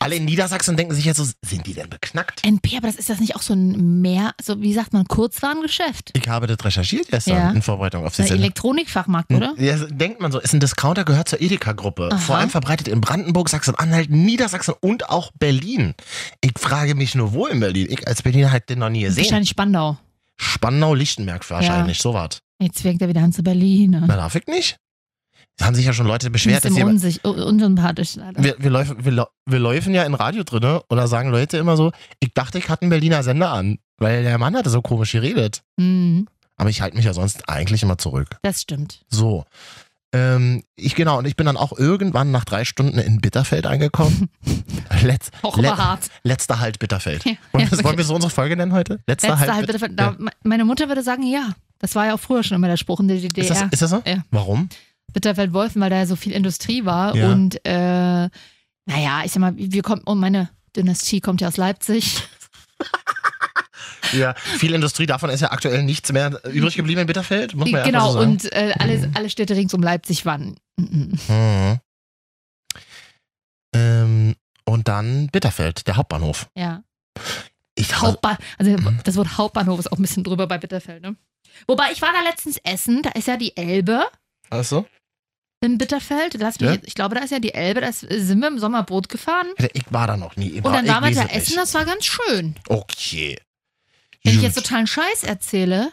S1: Alle in Niedersachsen denken sich jetzt so, sind die denn beknackt?
S2: NP, aber das ist das nicht auch so ein mehr, so wie sagt man, Kurzwarengeschäft?
S1: Ich habe das recherchiert gestern
S2: Ja.
S1: in Vorbereitung auf die
S2: Ein
S1: Sendung.
S2: Elektronikfachmarkt, oder?
S1: Hm. Ja, denkt man so, ist ein Discounter, gehört zur Edeka-Gruppe.
S2: Aha.
S1: Vor allem verbreitet in Brandenburg, Sachsen-Anhalt, Niedersachsen und auch Berlin. Ich frage mich nur, wo in Berlin? Ich als Berliner halt den noch nie gesehen.
S2: Wahrscheinlich Spandau.
S1: Spandau-Lichtenberg wahrscheinlich, so was.
S2: Jetzt wirkt er wieder an zu Berlin. Ne?
S1: Na, darf ich nicht? Da haben sich ja schon Leute beschwert, dass
S2: ist
S1: jemand,
S2: unsich, un- unsympathisch. leider.
S1: wir, wir, laufen, wir, lau- wir laufen ja in Radio drinne oder sagen Leute immer so, ich dachte, ich hatte einen Berliner Sender an, weil der Mann hatte so komisch geredet.
S2: Hm,
S1: Aber ich halte mich ja sonst eigentlich immer zurück.
S2: das stimmt.
S1: So. Ähm, ich genau, und ich bin dann auch irgendwann nach drei Stunden in Bitterfeld angekommen. Letz,
S2: Auch
S1: le-
S2: aber hart.
S1: letzter Halt Bitterfeld.
S2: Ja,
S1: Wollen,
S2: ja,
S1: wir, wollen
S2: wirklich.
S1: wir so unsere Folge nennen heute? Letzter,
S2: Letzter
S1: Halt,
S2: halt
S1: Bit-
S2: bitte, da, me- Meine Mutter würde sagen, ja. Das war ja auch früher schon immer der Spruch in der DDR.
S1: Ist das, ist das so?
S2: Ja.
S1: Warum?
S2: Bitterfeld-Wolfen, weil da ja so viel Industrie war.
S1: Ja.
S2: Und äh, naja, ich sag mal, wir kommen, und meine Dynastie kommt ja aus Leipzig.
S1: Ja, viel Industrie davon ist ja aktuell nichts mehr übrig geblieben in Bitterfeld, muss man ja einfach
S2: genau,
S1: so ne? sagen.
S2: und äh, alle, alle Städte rings um Leipzig waren. Mhm.
S1: Hm. Ähm, und dann Bitterfeld, der Hauptbahnhof.
S2: Ja.
S1: Ich hab-
S2: Hauptbahn, also
S1: Mhm.
S2: das Wort Hauptbahnhof ist auch ein bisschen drüber bei Bitterfeld, ne? Wobei, ich war da letztens essen, da ist ja die Elbe
S1: Ach so?
S2: in Bitterfeld. Lass mich,
S1: Ja?
S2: jetzt- Ich glaube, da ist ja die Elbe, da ist- äh, sind wir im Sommerboot gefahren.
S1: Ich war da noch nie. Ich
S2: Und dann
S1: ich
S2: waren wir
S1: weiß
S2: da
S1: es nicht.
S2: essen, das war ganz schön.
S1: Okay.
S2: Wenn ich
S1: Gut.
S2: jetzt totalen Scheiß erzähle.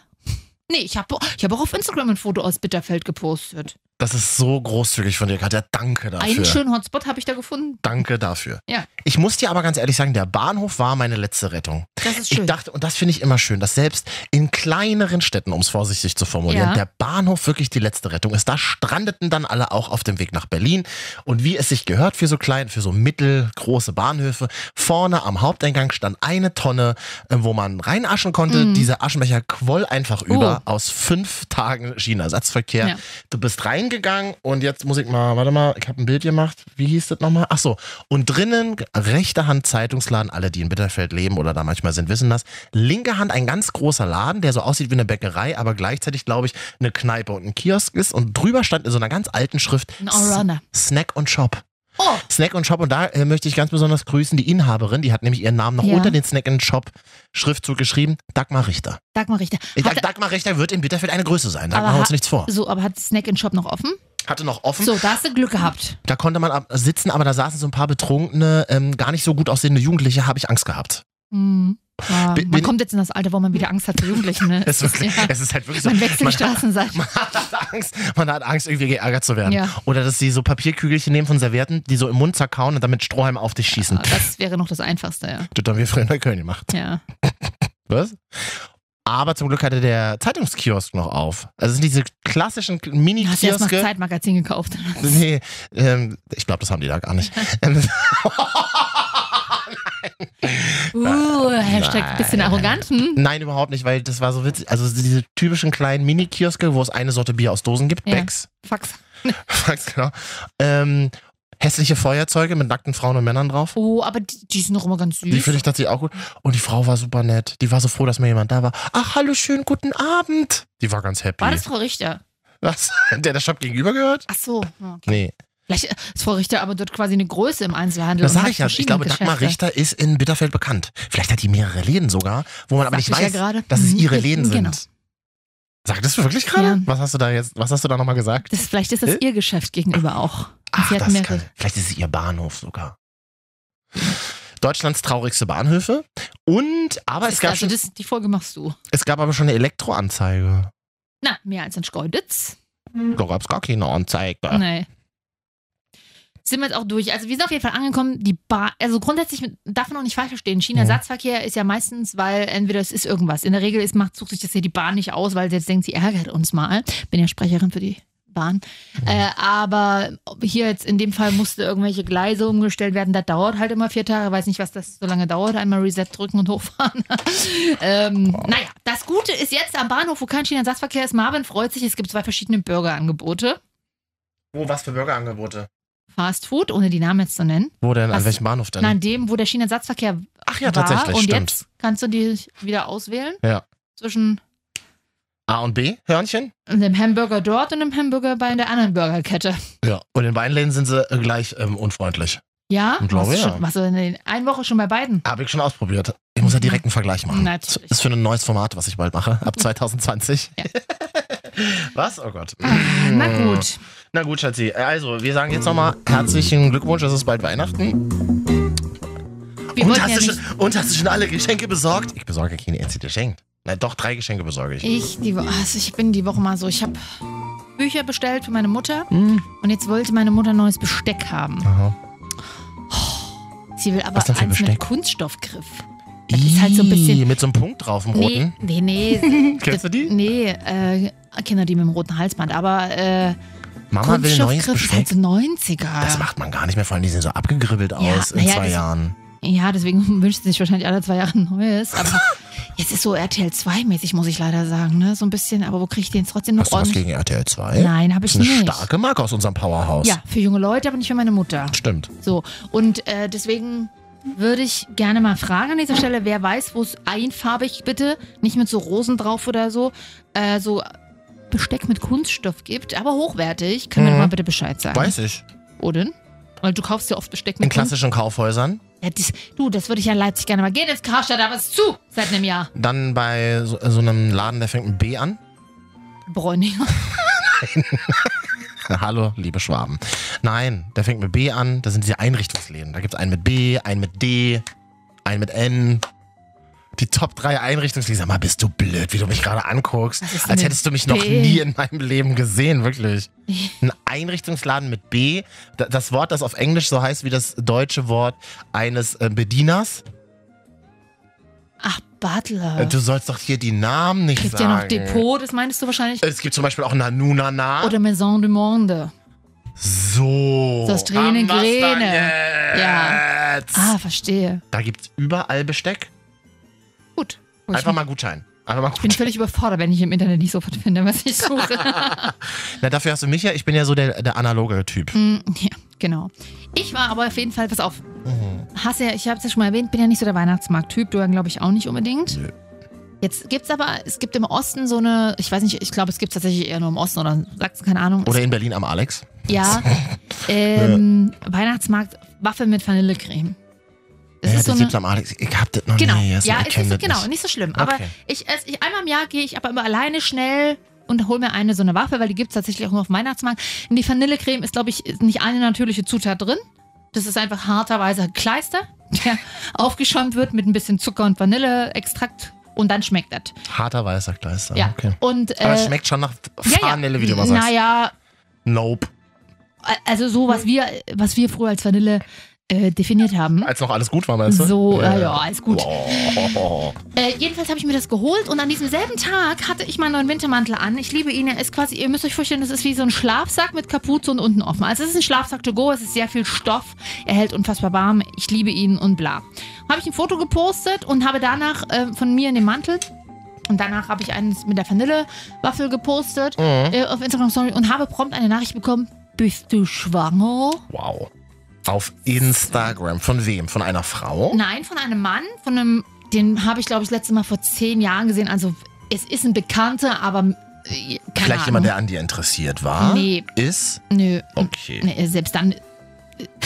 S2: Nee, ich habe ich hab auch auf Instagram ein Foto aus Bitterfeld gepostet.
S1: Das ist so großzügig von dir, Katja. Danke dafür.
S2: Einen schönen Hotspot habe ich da gefunden.
S1: Danke dafür.
S2: Ja.
S1: Ich muss dir aber ganz ehrlich sagen, der Bahnhof war meine letzte Rettung.
S2: Das ist
S1: Ich
S2: schön.
S1: dachte, und das finde ich immer schön, dass selbst in kleineren Städten, um es vorsichtig zu formulieren,
S2: Ja.
S1: der Bahnhof wirklich die letzte Rettung ist. Da strandeten dann alle auch auf dem Weg nach Berlin. Und wie es sich gehört für so klein, für so mittelgroße Bahnhöfe, vorne am Haupteingang stand eine Tonne, äh, wo man reinaschen konnte.
S2: Mhm.
S1: Dieser Aschenbecher quoll einfach
S2: Oh.
S1: über aus fünf Tagen Schienenersatzverkehr.
S2: Ja.
S1: Du bist reingegangen und jetzt muss ich mal, warte mal, ich habe ein Bild gemacht. Wie hieß das nochmal? Ach so. Und drinnen, rechte Hand Zeitungsladen, alle, die in Bitterfeld leben oder da manchmal sind, wissen das. Linke Hand ein ganz großer Laden, der so aussieht wie eine Bäckerei, aber gleichzeitig, glaube ich, eine Kneipe und ein Kiosk ist. Und drüber stand in so einer ganz alten Schrift
S2: Ein Allrounder.
S1: S- Snack und Shop.
S2: Oh,
S1: Snack und Shop und da äh, möchte ich ganz besonders grüßen die Inhaberin, die hat nämlich ihren Namen noch
S2: Ja.
S1: unter den Snack und Shop Schriftzug geschrieben, Dagmar Richter.
S2: sag mal richtig.
S1: Ich sag,
S2: Hat,
S1: Dagmar Richter wird in Bitterfeld eine Größe sein, da
S2: Aber
S1: machen wir
S2: ha-
S1: uns nichts vor.
S2: so, aber hat Snack in Shop noch offen?
S1: Hatte noch offen,
S2: So, da hast du Glück gehabt.
S1: da konnte man ab- sitzen, aber da saßen so ein paar betrunkene, ähm, gar nicht so gut aussehende Jugendliche, habe ich Angst gehabt.
S2: Hm. Ja,
S1: Bin-
S2: man
S1: bin-
S2: kommt jetzt in das Alter, wo man wieder Angst hat vor Jugendlichen. Ne?
S1: Es ist, wirklich,
S2: ja.
S1: es ist halt wirklich so.
S2: Man wechselt die
S1: man, hat,
S2: Straßenseite.
S1: man hat Angst, man hat Angst, irgendwie geärgert zu werden.
S2: Ja.
S1: Oder dass sie so Papierkügelchen nehmen von Servietten, die so im Mund zerkauen und damit Strohhalme auf dich schießen.
S2: Das wäre noch das Einfachste, ja.
S1: Das haben wir früher in Neukölln gemacht.
S2: ja.
S1: Was? Aber zum Glück hatte der Zeitungskiosk noch auf. Also es sind diese klassischen
S2: Hast du erst noch
S1: Mini-Kioske.
S2: Zeitmagazin gekauft?
S1: Nee, ähm, ich glaube, das haben die da gar nicht. Ähm,
S2: Uh, Hashtag
S1: Nein.
S2: bisschen arrogant. Hm?
S1: Nein, überhaupt nicht, weil das war so witzig. Also diese typischen kleinen Mini-Kioske, wo es eine Sorte Bier aus Dosen gibt,
S2: Ja.
S1: Becks,
S2: Fax.
S1: ganz genau. Ähm, hässliche Feuerzeuge mit nackten Frauen und Männern drauf.
S2: Oh, aber die, die sind noch immer ganz süß.
S1: Die finde ich tatsächlich auch gut. Und die Frau war super nett. Die war so froh, dass mir jemand da war. Ach, hallo, schönen guten Abend. Die war ganz happy.
S2: War das Frau Richter?
S1: Was? Der der Shop gegenüber gehört?
S2: Ach so. ja, Okay.
S1: Nee.
S2: Vielleicht ist Frau Richter aber dort quasi eine Größe im Einzelhandel.
S1: Das
S2: und
S1: sage
S2: hat
S1: ich ja. Ich glaube,
S2: verschiedene
S1: Dagmar
S2: Geschäfte.
S1: Richter ist in Bitterfeld bekannt. Vielleicht hat die mehrere Läden sogar, wo man aber
S2: Sagte
S1: nicht
S2: ich ja
S1: weiß,
S2: gerade.
S1: dass es
S2: Mhm.
S1: ihre Läden sind.
S2: Genau.
S1: Sagtest du wirklich gerade?
S2: Ja.
S1: Was hast du da jetzt, was hast du da nochmal gesagt?
S2: Das, vielleicht ist das
S1: Äh?
S2: ihr Geschäft gegenüber auch. Und
S1: Ach,
S2: sie hat
S1: das
S2: mehrere.
S1: kann, vielleicht ist es ihr Bahnhof sogar. Deutschlands traurigste Bahnhöfe. Und, aber es
S2: Ist-
S1: gab,
S2: also
S1: schon,
S2: das, die Folge machst du.
S1: es gab aber schon eine Elektroanzeige.
S2: Na, mehr als in Schkeuditz.
S1: Da gab es gar keine Anzeige.
S2: Nee. Sind wir jetzt auch durch. Also wir sind auf jeden Fall angekommen, die Bahn, also grundsätzlich mit- darf man auch nicht falsch verstehen. China-Satzverkehr ist ja meistens, weil entweder es ist irgendwas. In der Regel ist, macht, sucht sich das hier die Bahn nicht aus, weil sie jetzt denkt, sie ärgert uns mal. Bin ja Sprecherin für die Bahn. Äh, aber hier jetzt in dem Fall musste irgendwelche Gleise umgestellt werden. Das dauert halt immer vier Tage. Weiß nicht, was das so lange dauert. Einmal Reset drücken und hochfahren. ähm, Naja, das Gute ist jetzt am Bahnhof, wo kein China-Satzverkehr ist. Marvin freut sich, es gibt zwei verschiedene Burgerangebote.
S1: Wo, was für Burgerangebote?
S2: Fast Food, ohne die Namen jetzt zu nennen.
S1: Wo denn? An
S2: Was?
S1: welchem Bahnhof denn?
S2: Nein, dem, wo der Schienenersatzverkehr
S1: Ach ja,
S2: war.
S1: tatsächlich,
S2: und
S1: stimmt.
S2: jetzt kannst du die wieder auswählen.
S1: Ja.
S2: Zwischen
S1: A und B, Hörnchen?
S2: einem Hamburger dort und einem Hamburger bei der anderen Burgerkette.
S1: Ja. Und in beiden Läden sind sie äh, gleich ähm, unfreundlich.
S2: Ja?
S1: Ich glaube,
S2: Warst du
S1: ja.
S2: Schon, warst du in der einen Woche schon bei beiden?
S1: Habe ich schon ausprobiert. Ich muss ja direkt einen Vergleich machen.
S2: Natürlich.
S1: Ist für ein neues Format, was ich bald mache, ab 2020. was? Oh Gott.
S2: Ah, na gut.
S1: Na gut, Schatzi. Also, wir sagen jetzt nochmal herzlichen Glückwunsch, es ist bald Weihnachten.
S2: Wir
S1: und,
S2: wollten
S1: hast
S2: ja
S1: du
S2: nicht.
S1: schon, und hast du schon alle Geschenke besorgt? Ich besorge keine einzige Geschenk. Nein, doch, drei Geschenke besorge ich.
S2: Ich, die, Wo- also ich bin die Woche mal so. Ich habe Bücher bestellt für meine Mutter
S1: Mhm.
S2: und jetzt wollte meine Mutter neues Besteck haben.
S1: Aha.
S2: Sie will aber
S1: Was denn für
S2: eins mit
S1: Besteck?
S2: Kunststoffgriff. Das ist halt so ein
S1: Ih,
S2: bisschen-
S1: Mit so einem Punkt drauf, dem
S2: Nee,
S1: roten.
S2: nee, nee.
S1: Kennst du die?
S2: Nee, äh, Kinder, die mit dem roten Halsband. Aber äh,
S1: Mama will neues
S2: Kunststoffgriff ist halt
S1: Besteck.
S2: so 90er.
S1: Das macht man gar nicht mehr, vor allem die sehen so abgegribbelt aus in
S2: na ja,
S1: zwei
S2: das-
S1: Jahren.
S2: Ja, deswegen wünscht sie sich wahrscheinlich alle zwei Jahre ein neues. Aber jetzt ist so RTL 2-mäßig, muss ich leider sagen, ne? So ein bisschen, aber wo kriege ich den jetzt trotzdem noch
S1: Hast du was
S2: ordentlich?
S1: gegen RTL 2?
S2: Nein, habe
S1: Das
S2: ich
S1: ist eine
S2: nicht.
S1: starke Marke aus unserem Powerhouse.
S2: Ja, für junge Leute, aber nicht für meine Mutter.
S1: Stimmt.
S2: So. Und äh, deswegen würde ich gerne mal fragen an dieser Stelle, wer weiß, wo es einfarbig bitte, nicht mit so Rosen drauf oder so, äh, so Besteck mit Kunststoff gibt, aber hochwertig, kann mir
S1: Mhm.
S2: mal bitte Bescheid sagen.
S1: Weiß ich.
S2: Oder? Weil du kaufst ja oft Besteck
S1: In
S2: mit Kunststoff.
S1: klassischen Kaufhäusern.
S2: Ja, das, du, das würde ich ja in Leipzig gerne mal gehen ins Karstadt, aber es ist zu seit einem Jahr.
S1: Dann bei so, so einem Laden, der fängt mit B an.
S2: Bräuninger.
S1: Hallo, liebe Schwaben. Nein, der fängt mit B an. Das sind diese Einrichtungsläden. Da gibt es einen mit B, einen mit D, einen mit N. Die Top 3 Einrichtungsläden. Sag mal, bist du blöd, wie du mich gerade anguckst.
S2: Was ist denn
S1: Als
S2: mit
S1: hättest du mich noch
S2: B?
S1: nie in meinem Leben gesehen, wirklich. Ein Einrichtungsladen mit B. da- Das Wort, das auf Englisch so heißt wie das deutsche Wort eines äh, Bedieners.
S2: Ach, Butler.
S1: Äh, Du sollst doch hier die Namen nicht
S2: Gibt
S1: sagen.
S2: ja noch Depot, das meinst du wahrscheinlich.
S1: Es gibt zum Beispiel auch Nanunana.
S2: Oder Maison du Monde.
S1: so.
S2: Das Tränen
S1: Haben wir's dann
S2: Gräne. Ja.
S1: jetzt.
S2: Ah, verstehe.
S1: Da gibt's überall Besteck.
S2: Gut. Ich
S1: Einfach mal Gutschein. Einfach mal
S2: bin
S1: Gutschein.
S2: völlig überfordert, wenn ich im Internet nicht sofort finde, was ich suche.
S1: Na, dafür hast du mich ja. Ich bin ja so der, der analoge Typ.
S2: Hm, ja, genau. Ich war aber auf jeden Fall, pass auf.
S1: Mhm.
S2: Hast ja, ich habe es ja schon mal erwähnt, bin ja nicht so der Weihnachtsmarkt-Typ, du ja, glaube ich, auch nicht unbedingt.
S1: Nö.
S2: Jetzt gibt's aber, es gibt im Osten so eine, ich weiß nicht, ich glaube, es gibt tatsächlich eher nur im Osten oder in Sachsen, keine Ahnung.
S1: Oder in Berlin am Alex.
S2: Ja. Ähm, Weihnachtsmarkt, Waffe mit Vanillecreme. Das
S1: ja,
S2: ist so
S1: das
S2: eine,
S1: gibt's am Alex. Ich hab das noch
S2: genau.
S1: nie.
S2: ja,
S1: ich
S2: es
S1: kenn
S2: ist,
S1: das
S2: genau,
S1: nicht.
S2: nicht so schlimm. Aber
S1: Okay.
S2: ich, es, ich, einmal im Jahr gehe ich aber immer alleine schnell und hole mir eine so eine Waffe, weil die gibt's tatsächlich auch nur auf dem Weihnachtsmarkt. Und die Vanillecreme ist, glaube ich, nicht eine natürliche Zutat drin. Das ist einfach harter weißer Kleister, der aufgeschäumt wird mit ein bisschen Zucker und Vanilleextrakt und dann schmeckt das.
S1: Harter weißer Kleister.
S2: Ja.
S1: Ah, Okay.
S2: Und, äh,
S1: Aber es schmeckt schon nach Fahnelle, wie du immer sagst.
S2: Naja,
S1: Nope.
S2: also so, was wir, was wir früher als Vanille äh, definiert haben.
S1: Als noch alles gut war, meinst du?
S2: So, ja, ja, alles gut.
S1: Wow.
S2: Äh, jedenfalls habe ich mir das geholt und an diesem selben Tag hatte ich meinen neuen Wintermantel an. Ich liebe ihn. Er ist quasi, ihr müsst euch vorstellen, das ist wie so ein Schlafsack mit Kapuze und unten offen. Also es ist ein Schlafsack to go, es ist sehr viel Stoff, er hält unfassbar warm, ich liebe ihn und bla. Habe ich ein Foto gepostet und habe danach äh, von mir in dem Mantel und danach habe ich eines mit der Vanillewaffel gepostet äh, auf Instagram Story und habe prompt eine Nachricht bekommen. Bist du schwanger?
S1: Wow. Auf Instagram. Von wem? Von einer Frau?
S2: Nein, von einem Mann, von einem, den habe ich, glaube ich, letztes Mal vor zehn Jahren gesehen. Also es ist ein Bekannter, aber äh, keine
S1: Vielleicht
S2: Ahnung.
S1: jemand, der an dir interessiert war?
S2: Nee.
S1: Ist?
S2: Nö.
S1: Okay.
S2: Nee, selbst dann. äh,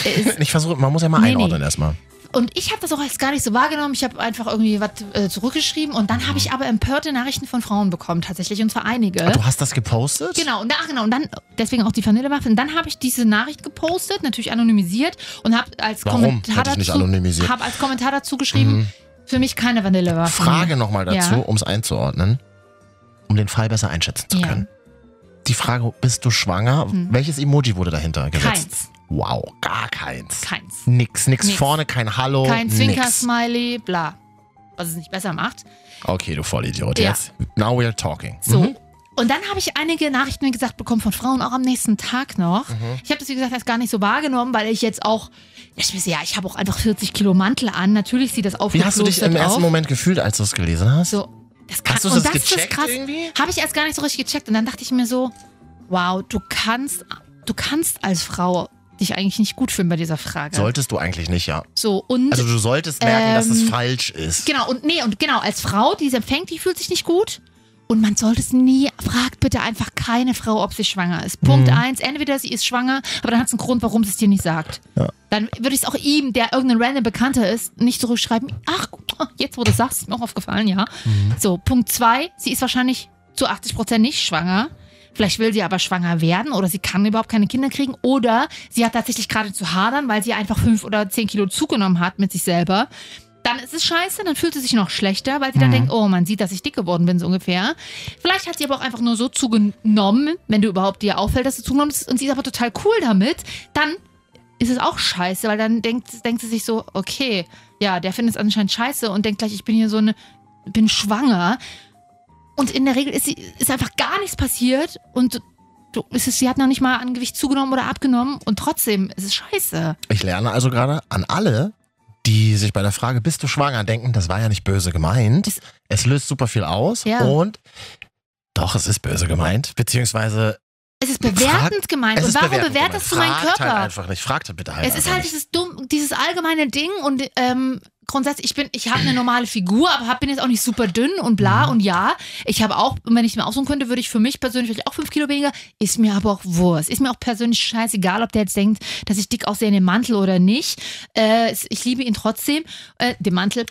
S2: äh, ist-
S1: Ich versuche, man muss ja mal
S2: Nee,
S1: einordnen
S2: nee.
S1: erstmal.
S2: Und ich habe das auch als gar nicht so wahrgenommen. Ich habe einfach irgendwie was äh, zurückgeschrieben und dann habe ich aber empörte Nachrichten von Frauen bekommen tatsächlich und zwar einige.
S1: Mhm. Du hast das gepostet?
S2: Genau, und, ach genau, und dann, deswegen auch die Vanillewaffe. Und dann habe ich diese Nachricht gepostet, natürlich anonymisiert, und habe als,
S1: Warum?
S2: Kommentar
S1: Hätte ich nicht
S2: dazu-
S1: anonymisiert. Mhm.
S2: hab als Kommentar dazu geschrieben, für mich keine Vanillewaffe.
S1: Frage nochmal dazu,
S2: Ja.
S1: um es einzuordnen, um den Fall besser einschätzen zu
S2: Ja. Hm.
S1: können. Die Frage, bist du schwanger? Welches Emoji wurde dahinter gesetzt?
S2: Keins.
S1: Wow, gar keins.
S2: Keins.
S1: Nix, nix,
S2: Nix.
S1: vorne, kein Hallo,
S2: Kein
S1: nix.
S2: Zwinker-Smiley, bla. Was es nicht besser macht.
S1: Okay, du Vollidiot,
S2: Ja.
S1: jetzt. Now we're talking.
S2: So.
S1: Mhm.
S2: Und dann habe ich einige Nachrichten, wie gesagt, bekommen von Frauen, auch am nächsten Tag noch.
S1: Mhm.
S2: Ich habe das, wie gesagt, erst gar nicht so wahrgenommen, weil ich jetzt auch, ich weiß ja, ich habe auch einfach 40 Kilo Mantel an. Natürlich sieht das
S1: Wie hast du dich im
S2: auf.
S1: ersten Moment gefühlt, als du es gelesen hast?
S2: So, das kann,
S1: Hast du
S2: und
S1: das
S2: das ist
S1: gecheckt
S2: krass.
S1: irgendwie?
S2: Habe ich erst gar nicht so richtig gecheckt und dann dachte ich mir so, wow, du kannst, du kannst als Frau dich eigentlich nicht gut fühlen bei dieser Frage.
S1: Solltest du eigentlich nicht, ja.
S2: so und
S1: Also du solltest merken, dass es
S2: Ähm,
S1: falsch ist.
S2: genau und nee und genau als Frau, die es empfängt, die fühlt sich nicht gut. Und man sollte es nie, fragt bitte einfach keine Frau, ob sie schwanger ist. Punkt eins, entweder sie ist schwanger, aber dann hat es einen Grund, warum sie es dir nicht sagt. Dann würde ich es auch ihm, der irgendein random Bekannter ist, nicht zurückschreiben. Ach, jetzt wo du sagst, ist mir auch aufgefallen, ja. So, Punkt zwei, sie ist wahrscheinlich zu 80 Prozent nicht schwanger. Vielleicht will sie aber schwanger werden oder sie kann überhaupt keine Kinder kriegen oder sie hat tatsächlich gerade zu hadern, weil sie einfach fünf oder zehn Kilo zugenommen hat mit sich selber. Dann ist es scheiße, dann fühlt sie sich noch schlechter, weil sie
S1: Mhm.
S2: dann denkt, oh, man sieht, dass ich dick geworden bin, so ungefähr. Vielleicht hat sie aber auch einfach nur so zugenommen, wenn du überhaupt dir auffällt, dass du zugenommen hast und sie ist aber total cool damit, dann ist es auch scheiße, weil dann denkt, denkt sie sich so, okay, ja, der findet es anscheinend scheiße und denkt gleich, ich bin hier so eine, bin schwanger. Und in der Regel ist, sie, ist einfach gar nichts passiert und du, es ist, sie hat noch nicht mal an Gewicht zugenommen oder abgenommen und trotzdem ist es scheiße.
S1: Ich lerne also gerade an alle, die sich bei der Frage, bist du schwanger, denken, das war ja nicht böse gemeint.
S2: Es-
S1: es löst super viel aus
S2: Ja.
S1: und doch, es ist böse gemeint, beziehungsweise
S2: Es ist bewertend gemeint.
S1: es
S2: Und
S1: ist
S2: Also warum
S1: bewertend gemeint.
S2: bewertest du meinen
S1: Fragt
S2: Körper?
S1: Halt einfach nicht, fragt halt bitte halt
S2: es ist
S1: einfach
S2: halt
S1: nicht.
S2: dieses dumm, dieses allgemeine Ding und ähm, grundsätzlich, ich bin, ich habe eine normale Figur, aber hab, bin jetzt auch nicht super dünn und bla
S1: Mhm.
S2: und ja. Ich habe auch, wenn ich mir aussuchen könnte, würde ich für mich persönlich vielleicht auch fünf Kilo weniger. Ist mir aber auch Wurst. Ist mir auch persönlich scheißegal, ob der jetzt denkt, dass ich dick aussehe in dem Mantel oder nicht. Äh, es- ich liebe ihn trotzdem, äh, den Mantel.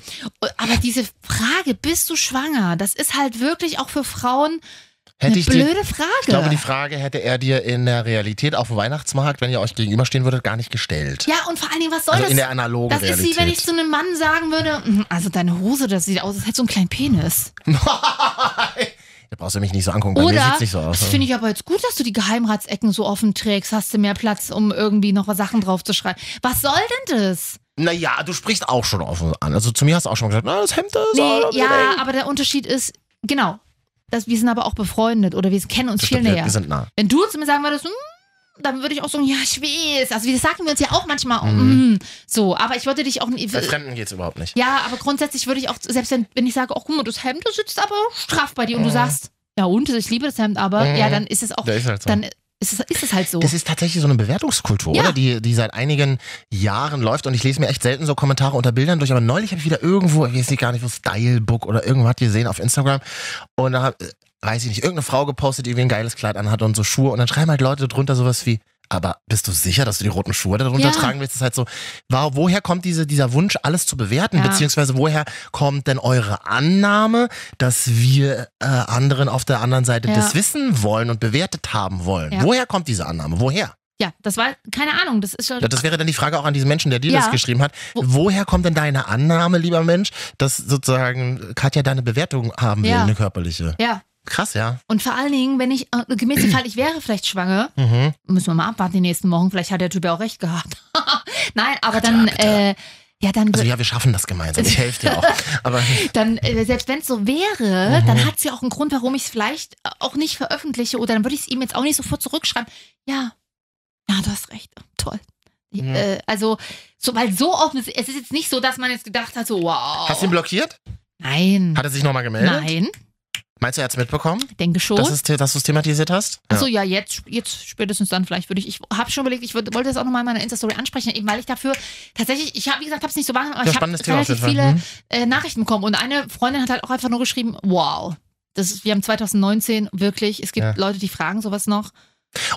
S2: Aber diese Frage, bist du schwanger? Das ist halt wirklich auch für Frauen
S1: Hätte
S2: eine
S1: ich die,
S2: blöde Frage.
S1: ich glaube, die Frage hätte er dir in der Realität auf dem Weihnachtsmarkt, wenn ihr euch gegenüberstehen würdet, gar nicht gestellt.
S2: ja, und vor allen Dingen, was soll
S1: also
S2: das?
S1: in der analogen
S2: Das ist
S1: Realität.
S2: wie wenn ich zu einem Mann sagen würde, "Mhm, also deine Hose, das sieht aus, als hätte so einen kleinen Penis.
S1: da brauchst du mich nicht so angucken, bei mir
S2: Oder,
S1: sieht's nicht so aus.
S2: das finde ich aber jetzt gut, dass du die Geheimratsecken so offen trägst, hast du mehr Platz, um irgendwie noch was Sachen drauf zu schreiben. Was soll denn das?
S1: Naja, du sprichst auch schon offen an. Also zu mir hast du auch schon gesagt, na, das Hemd ist
S2: Nee,
S1: aber-
S2: ja, aber der Unterschied ist, genau, dass wir sind aber auch befreundet oder wir kennen uns
S1: Das
S2: viel
S1: stimmt, wir,
S2: näher.
S1: wir sind nah.
S2: Wenn du zu mir sagen würdest, hm, dann würde ich auch sagen, ja, ich weiß. Also, das sagen wir uns ja auch manchmal.
S1: Mhm.
S2: "Hm", so, aber ich wollte dich auch nicht.
S1: Bei Fremden geht's überhaupt nicht.
S2: Ja, aber grundsätzlich würde ich auch, selbst wenn, wenn ich sage, oh, guck mal, das Hemd, das sitzt aber straff bei dir und du
S1: Mhm.
S2: sagst, ja und, also ich liebe das Hemd, aber
S1: Mhm.
S2: ja, dann ist es auch,
S1: Da ist halt so.
S2: dann ist es, ist es halt so.
S1: Das ist tatsächlich so eine Bewertungskultur,
S2: Ja.
S1: oder? Die, die seit einigen Jahren läuft und ich lese mir echt selten so Kommentare unter Bildern durch, aber neulich habe ich wieder irgendwo, ich weiß nicht gar nicht, wo Stylebook oder irgendwas gesehen auf Instagram und da hab- äh, weiß ich nicht, irgendeine Frau gepostet, die irgendwie ein geiles Kleid anhat und so Schuhe und dann schreiben halt Leute drunter sowas wie, aber bist du sicher, dass du die roten Schuhe darunter
S2: Ja.
S1: tragen willst? Das ist halt so, wa- woher kommt diese, dieser Wunsch, alles zu bewerten?
S2: Ja.
S1: Beziehungsweise woher kommt denn eure Annahme, dass wir äh, anderen auf der anderen Seite
S2: Ja.
S1: das wissen wollen und bewertet haben wollen?
S2: Ja.
S1: Woher kommt diese Annahme? Woher?
S2: ja, das war, keine Ahnung, das ist schon,
S1: Ja, das wäre dann die Frage auch an diesen Menschen, der dir
S2: Ja.
S1: das geschrieben hat.
S2: Wo-
S1: Woher kommt denn deine Annahme, lieber Mensch, dass sozusagen Katja deine Bewertung haben will,
S2: Ja.
S1: eine körperliche?
S2: ja.
S1: Krass, ja.
S2: Und vor allen Dingen, wenn ich, äh, gemäß dem Fall, ich wäre vielleicht schwanger,
S1: Mhm.
S2: müssen wir mal abwarten die nächsten Wochen, vielleicht hat der Typ ja auch recht gehabt. Nein, aber dann, äh, ja, dann,
S1: Also ja, wir schaffen das gemeinsam. Ich helfe dir auch. Aber
S2: dann äh, selbst wenn es so wäre,
S1: Mhm.
S2: dann hat es ja auch einen Grund, warum ich es vielleicht äh, auch nicht veröffentliche oder dann würde ich es ihm jetzt auch nicht sofort zurückschreiben. Ja, ja, du hast recht. Toll.
S1: Ja.
S2: Äh, also, so, weil so offen, es ist jetzt nicht so, dass man jetzt gedacht hat, so, wow.
S1: hast du ihn blockiert?
S2: Nein.
S1: Hat er sich nochmal gemeldet?
S2: Nein,
S1: Meinst du, er hat es mitbekommen,
S2: denke schon.
S1: dass, es, dass du es thematisiert hast?
S2: Achso, ja, jetzt, jetzt spätestens dann vielleicht würde ich. Ich habe schon überlegt, ich würd, wollte das auch nochmal in meiner Insta-Story ansprechen, eben weil ich dafür tatsächlich, ich habe, wie gesagt, habe es nicht so wahrgenommen, aber
S1: Ja,
S2: ich habe
S1: spannendes Thema auf
S2: relativ
S1: jeden
S2: viele
S1: Fall. Mhm.
S2: äh, Nachrichten bekommen. Und eine Freundin hat halt auch einfach nur geschrieben, wow. Das ist, wir haben 2019 wirklich, es gibt
S1: Ja.
S2: Leute, die fragen sowas noch.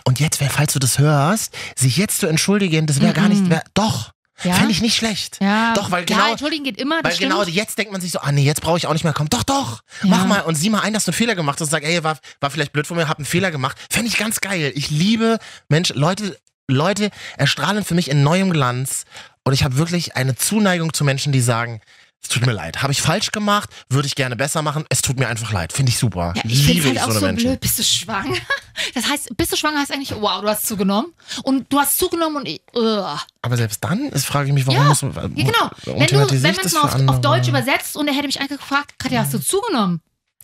S1: Und jetzt, wär- falls du das hörst, sich jetzt zu entschuldigen, das wäre gar
S2: Mhm.
S1: nicht mehr. Doch,
S2: Ja?
S1: fände ich nicht schlecht.
S2: ja.
S1: Doch, weil
S2: Klar,
S1: genau-
S2: entschuldigen geht immer, das
S1: Weil
S2: stimmt.
S1: genau jetzt denkt man sich so, ah nee, jetzt brauche ich auch nicht mehr kommen. Doch, doch,
S2: Ja.
S1: mach mal und sieh mal ein, dass du einen Fehler gemacht hast und sag, ey, war, war vielleicht blöd von mir, hab einen Fehler gemacht. Fände ich ganz geil. Ich liebe, Mensch, Leute, Leute erstrahlen für mich in neuem Glanz und ich habe wirklich eine Zuneigung zu Menschen, die sagen, es tut mir leid, habe ich falsch gemacht, würde ich gerne besser machen, es tut mir einfach leid. Finde ich super.
S2: ja, ich
S1: liebe
S2: finde
S1: ich
S2: halt
S1: so
S2: auch
S1: eine
S2: so
S1: Menschen.
S2: blöd, bist du schwanger? Das heißt, bist du schwanger heißt eigentlich, wow, du hast zugenommen. Und du hast zugenommen und ich, ugh.
S1: Aber selbst dann ist, frage ich mich, warum
S2: Ja,
S1: muss man. warum
S2: Ja, genau. Wenn, du- wenn
S1: thematisiere
S2: man
S1: ich
S2: es
S1: das
S2: mal
S1: für
S2: auf, auf
S1: andere?
S2: Deutsch übersetzt und er hätte mich einfach gefragt, Katja, hast du zugenommen?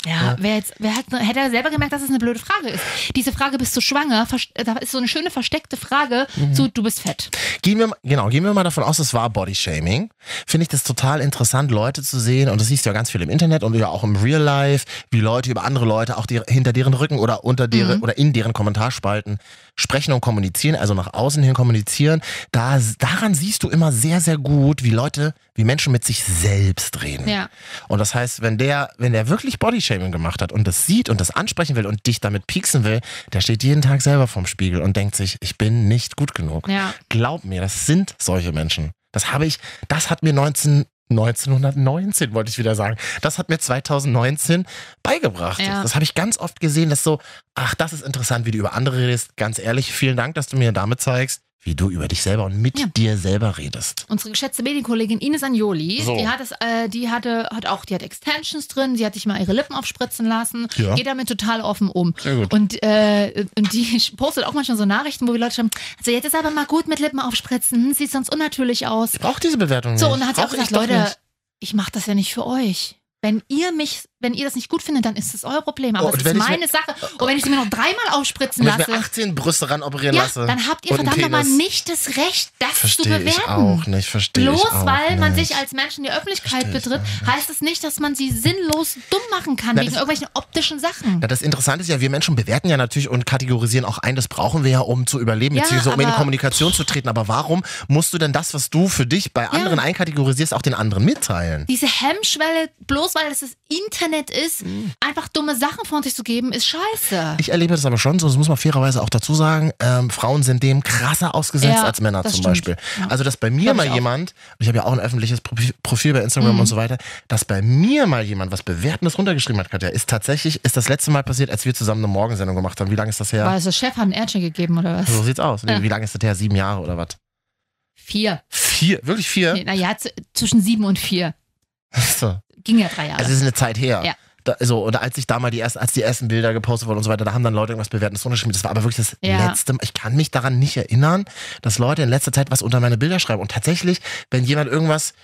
S2: Ja,
S1: Ja.
S2: Wer jetzt, wer hat, hätte er selber gemerkt, dass es eine blöde Frage ist. Diese Frage, bist du schwanger, vers- da ist so eine schöne versteckte Frage
S1: Mhm.
S2: zu, du bist fett.
S1: Gehen wir, genau, gehen wir mal davon aus, es war Bodyshaming. Finde ich das total interessant, Leute zu sehen. Und das siehst du ja ganz viel im Internet und ja auch im Real Life, wie Leute über andere Leute auch die, hinter deren Rücken oder unter deren oder in deren Kommentarspalten sprechen und kommunizieren, also nach außen hin kommunizieren. Da, daran siehst du immer sehr, sehr gut, wie Leute, wie Menschen mit sich selbst reden.
S2: Ja.
S1: Und das heißt, wenn der, wenn der wirklich Bodyshaming gemacht hat und das sieht und das ansprechen will und dich damit pieksen will, der steht jeden Tag selber vorm Spiegel und denkt sich, ich bin nicht gut genug.
S2: Ja.
S1: Glaub mir, das sind solche Menschen. Das habe ich, das hat mir 19, 1919, wollte ich wieder sagen, das hat mir 2019 beigebracht.
S2: Ja.
S1: Das habe ich ganz oft gesehen, dass so, ach, das ist interessant, wie du über andere redest. Ganz ehrlich, vielen Dank, dass du mir damit zeigst, wie du über dich selber und mit
S2: Ja.
S1: dir selber redest.
S2: Unsere geschätzte Medienkollegin Ines Anjoli,
S1: So.
S2: die hat es, äh, die hatte, hat auch, die hat Extensions drin, sie hat sich mal ihre Lippen aufspritzen lassen,
S1: Ja.
S2: geht damit total offen um.
S1: Sehr gut.
S2: Und, äh, und die postet auch manchmal so Nachrichten, wo die Leute schreiben, also jetzt ist aber mal gut mit Lippen aufspritzen, hm, sieht sonst unnatürlich aus.
S1: Ich brauche diese Bewertung nicht.
S2: So, und dann hat sie auch
S1: Brauch ich
S2: gesagt,
S1: doch
S2: Leute,
S1: nicht.
S2: ich mache das ja nicht für euch. Wenn ihr mich, wenn ihr das nicht gut findet, dann ist es euer Problem.
S1: Oh,
S2: Aber
S1: und
S2: es ist
S1: wenn ich mir- Oh,
S2: meine Sache. Und wenn ich sie mir noch dreimal aufspritzen
S1: Wenn ich mir
S2: lasse,
S1: 18 Brüste ran operieren
S2: ja,
S1: lasse.
S2: dann habt ihr
S1: und einen
S2: verdammt nochmal
S1: Penis.
S2: nicht das Recht, das zu
S1: Verstehe
S2: bewerten.
S1: ich auch nicht, verstehe ich
S2: Bloß
S1: auch
S2: weil man
S1: nicht.
S2: sich als Mensch in die Öffentlichkeit
S1: Verstehe ich
S2: betritt, heißt es nicht, dass man sie sinnlos dumm machen kann
S1: Na,
S2: wegen
S1: das-
S2: irgendwelchen optischen Sachen.
S1: Na, das Interessante ist ja, wir Menschen bewerten ja natürlich und kategorisieren auch ein, das brauchen wir ja, um zu überleben,
S2: Ja,
S1: beziehungsweise um in
S2: aber-
S1: Kommunikation zu treten. Aber warum musst du denn das, was du für dich bei anderen einkategorisierst, auch den anderen mitteilen?
S2: Diese Hemmschwelle, bloß weil es das Internet ist,
S1: Hm.
S2: einfach dumme Sachen von sich zu geben, ist scheiße.
S1: Ich erlebe das aber schon so, das muss man fairerweise auch dazu sagen, ähm, Frauen sind dem krasser ausgesetzt
S2: Ja,
S1: als Männer
S2: das
S1: zum
S2: stimmt.
S1: Beispiel.
S2: Ja.
S1: Also, dass bei mir
S2: Glaub ich
S1: mal
S2: auch. Mhm.
S1: jemand, ich habe ja auch ein öffentliches Profi- Profil bei Instagram und so weiter, dass bei mir mal jemand was Bewertendes runtergeschrieben hat, Katja, ist tatsächlich, ist das letzte Mal passiert, als wir zusammen eine Morgensendung gemacht haben. Wie lange ist das her?
S2: Weil es der Chef hat ein Ärtchen gegeben oder was?
S1: So sieht's aus. Nee, Wie lange ist das her? Sieben Jahre oder was?
S2: Vier.
S1: Vier? Wirklich vier?
S2: Nee, naja, z- zwischen sieben und vier.
S1: So.
S2: Ging ja drei Jahre.
S1: Also es ist eine Zeit her.
S2: Ja.
S1: Da, so, und als ich da mal die ersten, als die ersten Bilder gepostet wurden und so weiter, da haben dann Leute irgendwas bewertendes runtergeschrieben. Das war aber wirklich das
S2: Ja.
S1: letzte Mal. Ich kann mich daran nicht erinnern, dass Leute in letzter Zeit was unter meine Bilder schreiben. Und tatsächlich, wenn jemand irgendwas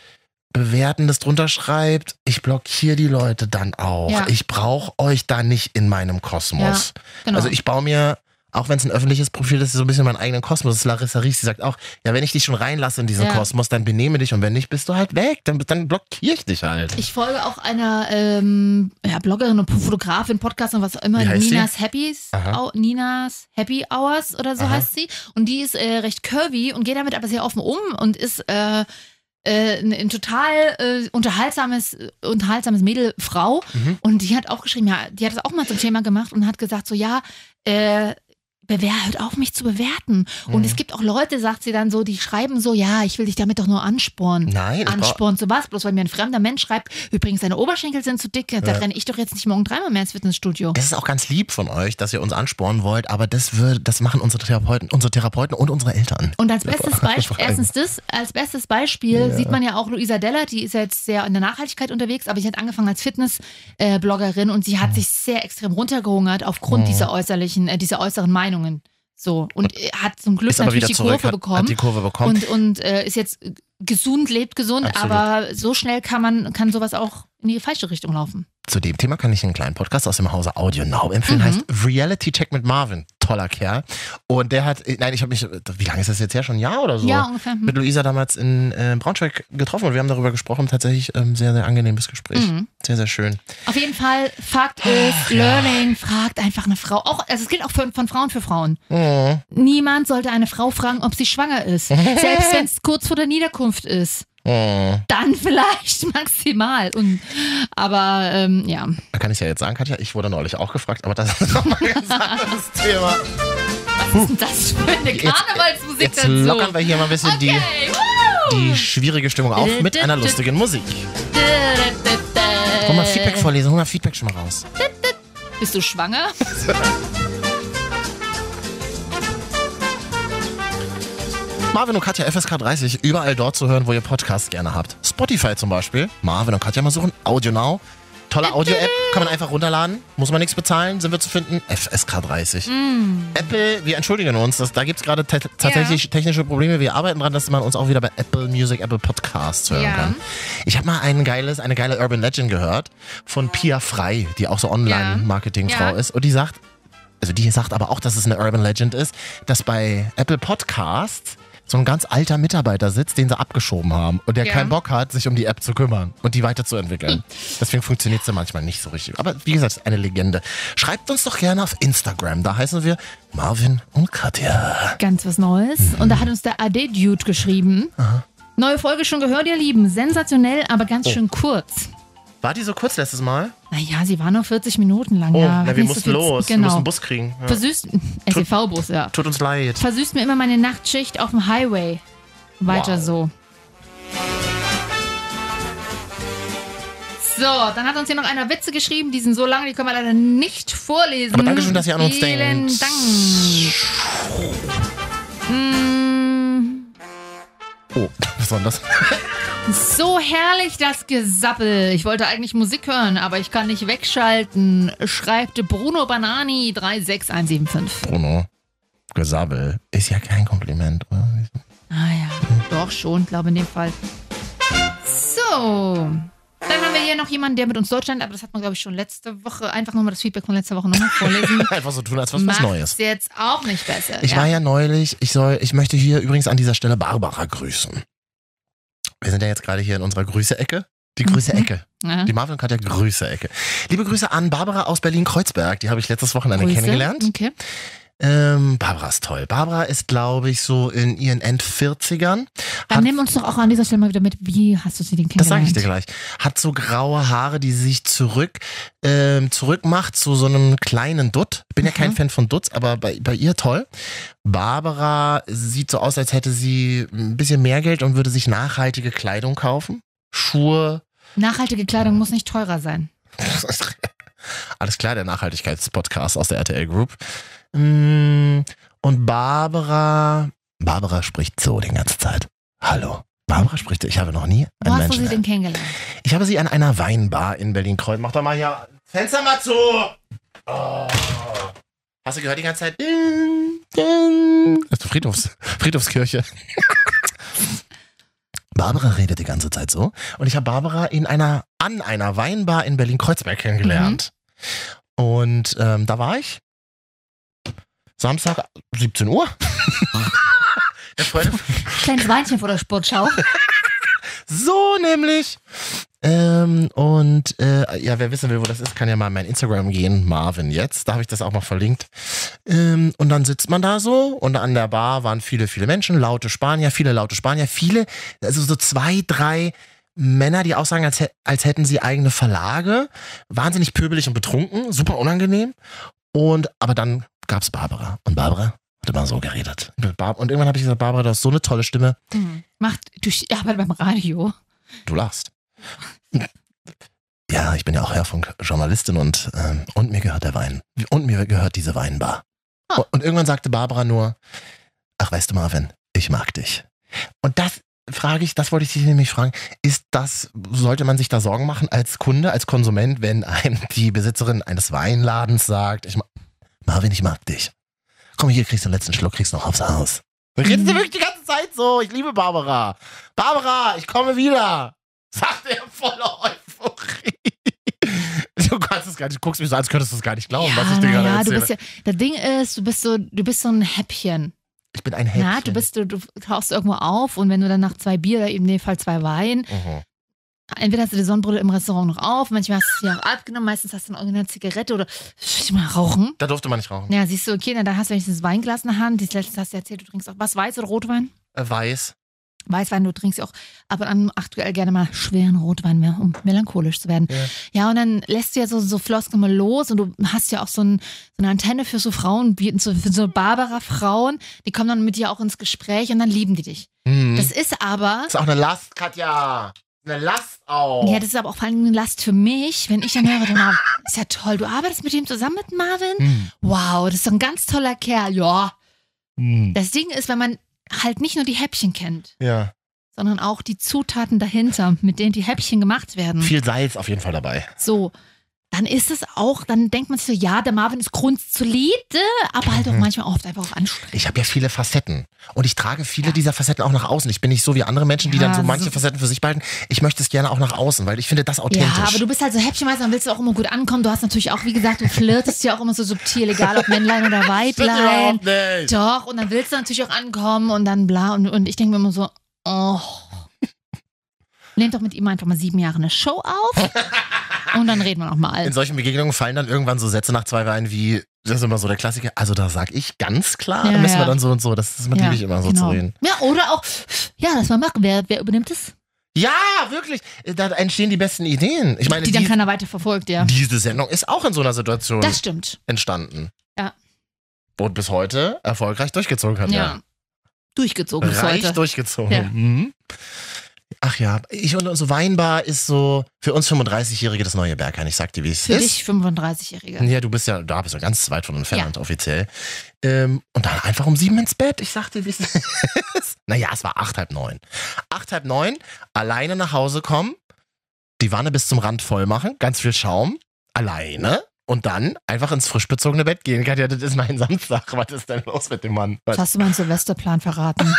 S1: Bewertendes drunter schreibt, ich blockiere die Leute dann auch.
S2: Ja.
S1: Ich brauche euch da nicht in meinem Kosmos.
S2: genau.
S1: Also ich baue mir, auch wenn es ein öffentliches Profil ist, so ein bisschen meinen eigenen Kosmos. Das ist Larissa Ries, die sagt auch, ja, wenn ich dich schon reinlasse in diesen
S2: Ja.
S1: Kosmos, dann benehme dich und wenn nicht, bist du halt weg. Dann, dann blockiere ich dich halt.
S2: ich folge auch einer ähm, ja, Bloggerin und Fotografin, Podcast und was auch immer,
S1: Wie heißt sie?
S2: Ninas Happys,
S1: Aha.
S2: Au, Ninas Happy Hours oder so
S1: Aha.
S2: heißt sie. Und die ist äh, recht curvy und geht damit aber sehr offen um und ist äh, äh, ein, ein total äh, unterhaltsames, äh, unterhaltsames Mädel, Frau.
S1: Mhm.
S2: Und die hat auch geschrieben, ja, die hat das auch mal zum Thema gemacht und hat gesagt, so ja, äh, bewer, hört auf, mich zu bewerten.
S1: Mhm.
S2: Und es gibt auch Leute, sagt sie dann so, die schreiben so, ja, ich will dich damit doch nur anspornen.
S1: Nein, ich brauch-
S2: Ansporn zu was? Bloß weil mir ein fremder Mensch schreibt, übrigens, deine Oberschenkel sind zu dick, da
S1: Ja.
S2: renne ich doch jetzt nicht morgen dreimal mehr ins Fitnessstudio.
S1: Das ist auch ganz lieb von euch, dass ihr uns anspornen wollt, aber das würde, das machen unsere Therapeuten, unsere Therapeuten und unsere Eltern.
S2: Und als
S1: Ja,
S2: bestes
S1: vor allem.
S2: Beispiel, erstens das, als bestes Beispiel sieht man ja auch Luisa Della, die ist ja jetzt sehr in der Nachhaltigkeit unterwegs, aber sie hat angefangen als Fitness-Bloggerin und sie hat
S1: Hm.
S2: sich sehr extrem runtergehungert aufgrund dieser äuserlichen, äh, dieser äußeren Meinungen. So. Und äh, hat zum Glück
S1: Ist aber
S2: natürlich
S1: wieder
S2: die
S1: zurück,
S2: Kurve
S1: hat, hat
S2: bekommen.
S1: die Kurve bekommen.
S2: und und äh, ist jetzt äh, gesund, lebt gesund,
S1: Absolut.
S2: aber so schnell kann man, kann sowas auch in die falsche Richtung laufen.
S1: Zu dem Thema kann ich einen kleinen Podcast aus dem Hause Audio Now empfehlen,
S2: Mhm.
S1: heißt Reality Check mit Marvin. Toller Kerl. Und der hat, äh, nein, ich habe mich, wie lange ist das jetzt her? Schon ein Jahr oder so?
S2: Ja, ungefähr.
S1: Also Mit
S2: Hm.
S1: Luisa damals in äh, Braunschweig getroffen und wir haben darüber gesprochen. Tatsächlich ähm, sehr, sehr angenehmes Gespräch.
S2: Mhm.
S1: Sehr, sehr schön.
S2: Auf jeden Fall, Fakt ist, Learning fragt einfach eine Frau. Auch, also es gilt auch für, von Frauen für Frauen.
S1: Mhm.
S2: Niemand sollte eine Frau fragen, ob sie schwanger ist. Selbst wenn es kurz vor der Niederkunft ist.
S1: Mhm.
S2: Dann vielleicht maximal. Und, aber ähm, ja.
S1: Da kann ich ja jetzt sagen, Katja, ich wurde neulich auch gefragt, aber das ist nochmal ein ganz anderes Thema.
S2: Was ist denn das für eine Karnevalsmusik
S1: Jetzt
S2: dazu?
S1: lockern wir hier mal ein bisschen die.
S2: Okay, woo!
S1: die schwierige Stimmung auf mit einer lustigen Musik. Hol mal Feedback vorlesen, hol mal Feedback schon mal raus.
S2: Bist du schwanger?
S1: Marvin und Katja FSK 30, überall dort zu hören, wo ihr Podcasts gerne habt. Spotify zum Beispiel. Marvin und Katja mal suchen. Audio Now. Tolle Audio-App, kann man einfach runterladen. Muss man nichts bezahlen, sind wir zu finden. FSK 30.
S2: Mm.
S1: Apple, wir entschuldigen uns, das, da gibt es gerade te- tatsächlich technische Probleme. Wir arbeiten dran, dass man uns auch wieder bei Apple Music, Apple Podcasts hören
S2: Ja.
S1: kann. Ich habe mal ein geiles, eine geile Urban Legend gehört von Pia Frei, die auch so Online-Marketing-Frau
S2: Ja.
S1: ist. Und die sagt, also die sagt aber auch, dass es eine Urban Legend ist, dass bei Apple Podcasts so ein ganz alter Mitarbeiter sitzt, den sie abgeschoben haben und der
S2: Ja.
S1: keinen Bock hat, sich um die App zu kümmern und die weiterzuentwickeln. Deswegen funktioniert sie manchmal nicht so richtig. Aber wie gesagt, ist eine Legende. Schreibt uns doch gerne auf Instagram. Da heißen wir Marvin und Katja.
S2: Ganz was Neues. Und da hat uns der AD-Dude geschrieben. Neue Folge schon gehört, ihr Lieben. Sensationell, aber ganz
S1: Oh.
S2: schön kurz.
S1: War die so kurz letztes Mal?
S2: Naja, sie war nur 40 Minuten lang.
S1: Oh,
S2: ja,
S1: na,
S2: hat
S1: wir
S2: nicht so
S1: mussten
S2: viel-
S1: los. Wir
S2: Genau.
S1: mussten einen Bus kriegen. Ja.
S2: Versüßt, SEV-Bus, ja.
S1: Tut uns leid.
S2: Versüßt mir immer meine Nachtschicht auf dem Highway. Weiter
S1: Wow.
S2: so. So, dann hat uns hier noch einer Witze geschrieben. Die sind so lang, die können wir leider nicht vorlesen.
S1: Aber danke schön, dass ihr an uns
S2: Mhm. Vielen
S1: denkt.
S2: Dank. Mm,
S1: Oh, was war denn das?
S2: so herrlich das Gesappel. Ich wollte eigentlich Musik hören, aber ich kann nicht wegschalten. Schreibt Bruno Banani 36175.
S1: Bruno. Gesabbel. Ist ja kein Kompliment, oder?
S2: Ah ja, doch schon, glaube in dem Fall. So. Dann haben wir hier noch jemanden, der mit uns Deutschland, aber das hat man, glaube ich, schon letzte Woche. Einfach nochmal das Feedback von letzter Woche nochmal vorlesen.
S1: Einfach so tun, als was was
S2: Macht's
S1: Neues.
S2: jetzt auch nicht besser.
S1: Ich war ja neulich, ich soll, ich möchte hier übrigens an dieser Stelle Barbara grüßen. Wir sind ja jetzt gerade hier in unserer Grüße-Ecke.
S2: Mhm.
S1: Die Grüße-Ecke.
S2: ja.
S1: Die Marvel hat ja Grüße-Ecke. Liebe Grüße an Barbara aus Berlin-Kreuzberg. Die habe ich letztes Wochenende
S2: Grüße.
S1: kennengelernt.
S2: Okay.
S1: Ähm, Barbara ist toll. Barbara ist, glaube ich, so in ihren End-40ern.
S2: Dann
S1: Hat-
S2: nimm uns doch auch an dieser Stelle mal wieder mit. Wie hast du sie denn
S1: Das sage
S2: kennengelernt?
S1: ich dir gleich. Hat so graue Haare, die sie sich zurück, ähm, zurückmacht zu so einem kleinen Dutt. Ich bin ja kein
S2: Mhm.
S1: Fan von Dutts, aber bei, bei ihr toll. Barbara sieht so aus, als hätte sie ein bisschen mehr Geld und würde sich nachhaltige Kleidung kaufen. Schuhe.
S2: Nachhaltige Kleidung muss nicht teurer sein.
S1: Alles klar, der Nachhaltigkeitspodcast aus der RTL Group. Mm, Und Barbara, Barbara spricht so die ganze Zeit. Hallo. Barbara spricht, ich habe noch nie einen
S2: Wo hast du
S1: Menschen.
S2: sie denn kennengelernt?
S1: Ich habe sie an einer Weinbar in Berlin-Kreuz. Mach doch mal hier. Fenster mal zu! Oh. Hast du gehört die ganze Zeit? Ding, ding. Das ist Also Friedhofs, Friedhofskirche. Barbara redet die ganze Zeit so. Und ich habe Barbara in einer, an einer Weinbar in Berlin-Kreuzberg kennengelernt. Und ähm, da war ich. Samstag, 17 Uhr. Der Freund,
S2: Kleines Weinchen vor der Sportschau.
S1: so nämlich. Ähm, und äh, ja, wer wissen will, wo das ist, kann ja mal in mein Instagram gehen, Marvin jetzt. Da habe ich das auch mal verlinkt. Ähm, und dann sitzt man da so und an der Bar waren viele, viele Menschen, laute Spanier, viele laute Spanier, viele, also so zwei, drei Männer, die aussagen, als, hä- als hätten sie eigene Verlage. Wahnsinnig pöbelig und betrunken, super unangenehm. Und aber dann gab's Barbara. Und Barbara hat immer so geredet. Bar- Und irgendwann habe ich gesagt, Barbara, du hast so eine tolle Stimme.
S2: Hm. Macht, du arbeitest beim Radio.
S1: Du lachst. Ja, ich bin ja auch Hörfunkjournalistin und, ähm, und mir gehört der Wein. Und mir gehört diese Weinbar.
S2: Ah.
S1: Und, und irgendwann sagte Barbara nur, ach weißt du Marvin, ich mag dich. Und das frage ich, das wollte ich dich nämlich fragen, ist das, sollte man sich da Sorgen machen als Kunde, als Konsument, wenn einem die Besitzerin eines Weinladens sagt, ich ma Marvin, ich mag dich. Komm hier, kriegst du den letzten Schluck, kriegst noch aufs Haus. Dann redet sie wirklich die ganze Zeit so, ich liebe Barbara. Barbara, ich komme wieder. Sagt er voller Euphorie. Du kannst es gar nicht, du guckst mich so an, als könntest du es gar nicht glauben, Oh, was ich dir
S2: na
S1: gerade
S2: ja, du
S1: erzähle.
S2: bist ja, das Ding ist, du bist so, du bist so ein Häppchen.
S1: ich bin ein Häppchen.
S2: Na, du bist, du, du tauchst irgendwo auf und wenn du dann nach zwei Bier oder eben in dem Fall zwei Wein,
S1: Mhm.
S2: entweder hast du die Sonnenbrille im Restaurant noch auf, manchmal hast du sie auch abgenommen, meistens hast du noch irgendeine Zigarette oder ich mal rauchen.
S1: Da durfte man nicht rauchen.
S2: Ja, siehst du, okay, na, dann hast du wenigstens das Weinglas in der Hand. Das letzte hast du erzählt, du trinkst auch was, Weiß oder Rotwein?
S1: Äh, weiß.
S2: Weißwein, du trinkst ja auch ab und an aktuell gerne mal schweren Rotwein mehr, um melancholisch zu werden.
S1: Ja.
S2: Ja, und dann lässt du ja so, so Floskeln mal los und du hast ja auch so, ein, so eine Antenne für so Frauen, wie- so- für so Barbara-Frauen, die kommen dann mit dir auch ins Gespräch und dann lieben die dich.
S1: Hm.
S2: Das ist aber,
S1: ist auch eine Last, Katja. Eine Last auch.
S2: ja, das ist aber auch vor allem eine Last für mich, wenn ich dann höre, dann mal, ist ja toll, du arbeitest mit ihm zusammen mit Marvin?
S1: Hm.
S2: Wow, das ist doch ein ganz toller Kerl, ja.
S1: Hm.
S2: Das Ding ist, wenn man halt nicht nur die Häppchen kennt,
S1: Ja.
S2: sondern auch die Zutaten dahinter, mit denen die Häppchen gemacht werden.
S1: Viel Salz auf jeden Fall dabei.
S2: So, dann ist es auch, dann denkt man sich so, ja, der Marvin ist grundsolide, aber halt auch
S1: Mhm.
S2: manchmal oft einfach auch anstrengend.
S1: Ich habe ja viele Facetten. Und ich trage viele dieser Facetten auch nach außen. Ich bin nicht so wie andere Menschen, die
S2: Ja,
S1: dann so manche
S2: so-
S1: Facetten für sich behalten. Ich möchte es gerne auch nach außen, weil ich finde das
S2: Ja,
S1: authentisch.
S2: aber du bist halt so Häppchenmeister, dann willst du auch immer gut ankommen. Du hast natürlich auch, wie gesagt, du flirtest ja auch immer so subtil, egal ob Männlein oder Weiblein.
S1: nicht.
S2: Doch, und dann willst du natürlich auch ankommen und dann bla. Und, und ich denke mir immer so, oh. Nehmt doch mit ihm einfach mal sieben Jahre eine Show auf. und dann reden wir nochmal.
S1: In solchen Begegnungen fallen dann irgendwann so Sätze nach zwei Weinen wie, das ist immer so der Klassiker, also da sag ich ganz klar,
S2: Ja,
S1: da müssen wir
S2: ja.
S1: dann so und so, das ist mit
S2: Ja,
S1: liebe ich immer so
S2: genau.
S1: zu reden.
S2: Ja, oder auch, Ja, lass mal machen. Wer, wer übernimmt es?
S1: Ja, wirklich. Da entstehen die besten Ideen. Ich meine,
S2: die dann
S1: die,
S2: keiner weiter verfolgt, ja.
S1: diese Sendung ist auch in so einer Situation
S2: Das stimmt.
S1: entstanden.
S2: Ja.
S1: Und bis heute erfolgreich durchgezogen hat.
S2: Ja. Durchgezogen bis
S1: Reich
S2: heute.
S1: durchgezogen.
S2: Ja.
S1: Mhm. Ach ja, ich und unsere Weinbar ist so für uns 35-Jährige das neue Berghain. Ich sag dir, wie es
S2: Für
S1: ist.
S2: dich 35-Jährige.
S1: Ja, du bist ja, da bist du ganz weit von entfernt offiziell. Ähm, und dann einfach um sieben ins Bett. Ich sagte, wie es ist. Naja, es war acht, halb neun. Acht, halb neun, alleine nach Hause kommen, die Wanne bis zum Rand voll machen, ganz viel Schaum, alleine. Und dann einfach ins frisch bezogene Bett gehen. Katja, das ist mein Samstag. Was ist denn los mit dem Mann?
S2: Jetzt
S1: Was?
S2: hast du meinen Silvesterplan verraten.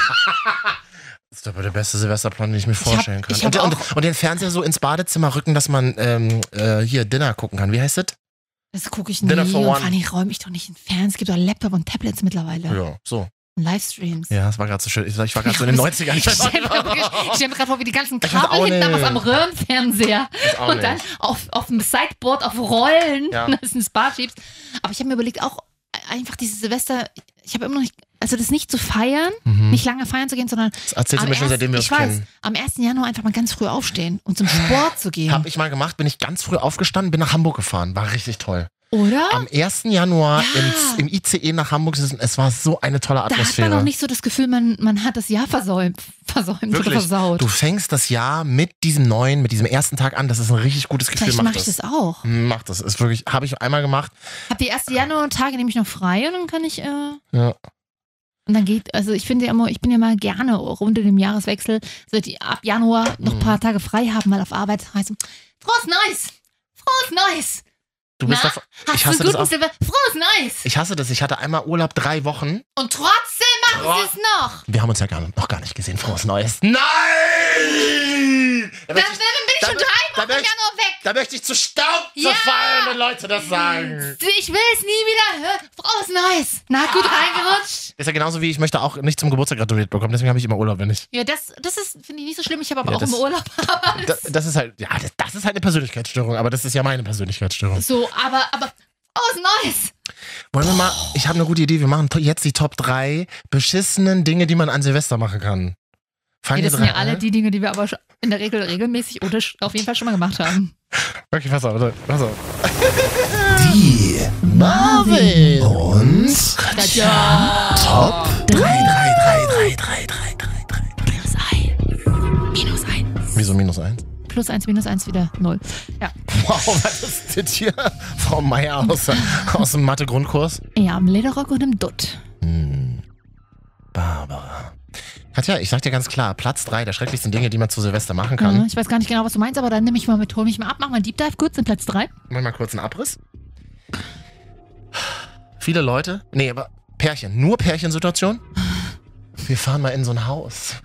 S1: Das ist aber der beste Silvesterplan, den ich mir vorstellen
S2: ich
S1: kann.
S2: hab
S1: Und, und, und den Fernseher so ins Badezimmer rücken, dass man ähm, äh, hier Dinner gucken kann. Wie heißt das?
S2: Das gucke ich nie.
S1: Dinner for
S2: Und
S1: one.
S2: Fanny, räume ich doch nicht in Fans. Es gibt doch Laptop und Tablets mittlerweile.
S1: ja so.
S2: Und Livestreams.
S1: Ja, das war gerade so schön. Ich ich war gerade so in den
S2: Ja,
S1: 90ern.
S2: Ich stelle mir gerade vor, wie die ganzen
S1: Ich weiß auch
S2: Kabel hinten damals
S1: nicht.
S2: am Röhrenfernseher
S1: Ist auch
S2: und dann
S1: nicht.
S2: auf, auf dem Sideboard auf Rollen
S1: Ja.
S2: das ins Bar schiebst. Aber ich habe mir überlegt, auch einfach dieses Silvester, ich habe immer noch nicht, also das nicht zu feiern,
S1: Mhm.
S2: nicht lange feiern zu gehen, sondern
S1: Das erzählst du
S2: am
S1: mir schon,
S2: ersten-
S1: seitdem wir uns
S2: ich weiß,
S1: kennen.
S2: am 1. Januar einfach mal ganz früh aufstehen und zum Sport zu gehen.
S1: Hab ich mal gemacht, bin ich ganz früh aufgestanden, bin nach Hamburg gefahren. War richtig toll.
S2: Oder?
S1: Am 1. Januar
S2: Ah. Ja.
S1: ins, im ICE nach Hamburg sitzen, es war so eine tolle
S2: Da hat man
S1: Atmosphäre.
S2: noch nicht so das Gefühl, man, man hat das Jahr versäumt, versäumt oder
S1: Wirklich.
S2: versaut.
S1: du fängst das Jahr mit diesem neuen, mit diesem ersten Tag an. Das ist ein richtig gutes Gefühl.
S2: Vielleicht
S1: mach
S2: mache ich das auch.
S1: Hm, Mach das. Ist wirklich, habe ich einmal gemacht.
S2: Hab die 1. Januar-Tage nämlich noch frei und dann kann ich. Äh,
S1: Ja.
S2: Und dann geht, also ich finde ja immer, ich bin ja mal gerne rund um den Jahreswechsel, so die ab Januar
S1: Mhm.
S2: noch ein paar Tage frei haben, mal auf Arbeit heißt es, frohes Neues! Frohes Neues!
S1: Du bist
S2: Na,
S1: davon-
S2: Hast
S1: ich
S2: du einen
S1: hasse das
S2: guten
S1: auch.
S2: Silvester? Frohes Neues!
S1: Ich hasse das. Ich hatte einmal Urlaub drei Wochen.
S2: Und trotzdem machen sie es noch!
S1: Wir haben uns ja gar, noch gar nicht gesehen. Frohes Neues. Nein! Da
S2: Dann,
S1: möchte ich-
S2: dann bin ich schon
S1: da-
S2: drei
S1: da
S2: Wochen
S1: wär
S2: im
S1: ich-
S2: Januar weg!
S1: Da möchte ich zu Staub
S2: Ja!
S1: zerfallen, wenn Leute das sagen. Ah.
S2: Ich will es nie wieder hören! Frohes Neues! Na, gut reingerutscht!
S1: Ist ja genauso wie ich möchte auch nicht zum Geburtstag gratuliert bekommen, deswegen habe ich immer Urlaub, wenn ich.
S2: Ja, das, das ist, finde ich, nicht so schlimm. Ich habe aber
S1: Ja,
S2: auch im
S1: das-
S2: Urlaub
S1: Das, das ist halt, ja, das, das ist halt eine Persönlichkeitsstörung, aber das ist ja meine Persönlichkeitsstörung.
S2: So, aber, aber, frohes Neues!
S1: Wollen wir mal, ich habe eine gute Idee, wir machen to- jetzt die Top 3 beschissenen Dinge, die man an Silvester machen kann. Fangen wir
S2: Ja, das sind
S1: dran.
S2: ja alle
S1: an?
S2: die Dinge, die wir aber schon- in der Regel regelmäßig oder sch- auf jeden Fall schon mal gemacht haben.
S1: Okay, pass auf, Leute, pass auf.
S2: Marvin!
S1: Und?
S2: Katja!
S1: Top 3, 3, 3, 3, 3, 3, 3, 3.
S2: Minus ein. Minus ein.
S1: Wieso minus 1?
S2: Plus eins, minus eins wieder null. Ja,
S1: Wow, was ist das hier? Frau Meier aus, aus dem Mathe-Grundkurs?
S2: ja im Lederrock und im Dutt.
S1: Hm. Barbara. Katja, ich sag dir ganz klar, Platz 3 der schrecklichsten Dinge, die man zu Silvester machen kann.
S2: Ja, ich weiß gar nicht genau, was du meinst, aber dann nehme ich mal mit, hol mich mal ab, mach mal einen Deep Dive kurz in Platz drei.
S1: Mach mal kurz einen Abriss. Viele Leute, nee, aber Pärchen, nur Pärchensituation. Wir fahren mal in so ein Haus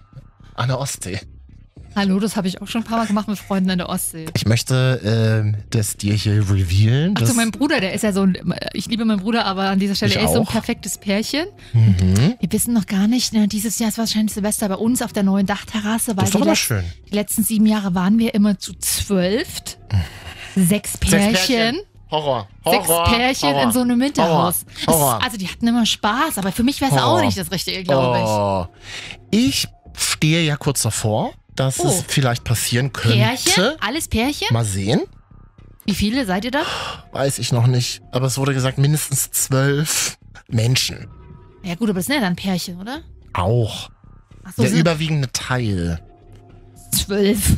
S1: an der Ostsee.
S2: Hallo, das habe ich auch schon ein paar Mal gemacht mit Freunden an der Ostsee.
S1: Ich möchte ähm, das dir hier revealen.
S2: Ach so,
S1: dass-
S2: mein Bruder, der ist ja so ein, ich liebe meinen Bruder, aber an dieser Stelle,
S1: Ich
S2: er ist so ein
S1: auch.
S2: perfektes Pärchen.
S1: mhm.
S2: Wir wissen noch gar nicht, ne, dieses Jahr ist wahrscheinlich Silvester bei uns auf der neuen Dachterrasse,
S1: Das
S2: weil
S1: ist doch
S2: die
S1: immer
S2: letz-
S1: schön.
S2: Die letzten sieben Jahre waren wir immer zu zwölf. Sechs Pärchen. Sechs
S1: Mhm. Pärchen.
S2: Pärchen,
S1: Horror. Horror. Horror.
S2: in so einem Winterhaus.
S1: Horror. Horror.
S2: Das- Also die hatten immer Spaß, aber für mich wäre es auch
S1: Horror.
S2: nicht das Richtige, glaube
S1: oh. ich. stehe ja kurz davor, dass
S2: Oh.
S1: es vielleicht passieren
S2: ich.
S1: könnte.
S2: Pärchen? Alles Pärchen?
S1: Mal sehen.
S2: Wie viele seid ihr da?
S1: Weiß ich noch nicht. Aber es wurde gesagt, mindestens zwölf Menschen.
S2: Ja gut, aber das sind ja dann Pärchen, oder?
S1: Auch.
S2: Achso,
S1: Der
S2: sind
S1: überwiegende Teil.
S2: zwölf.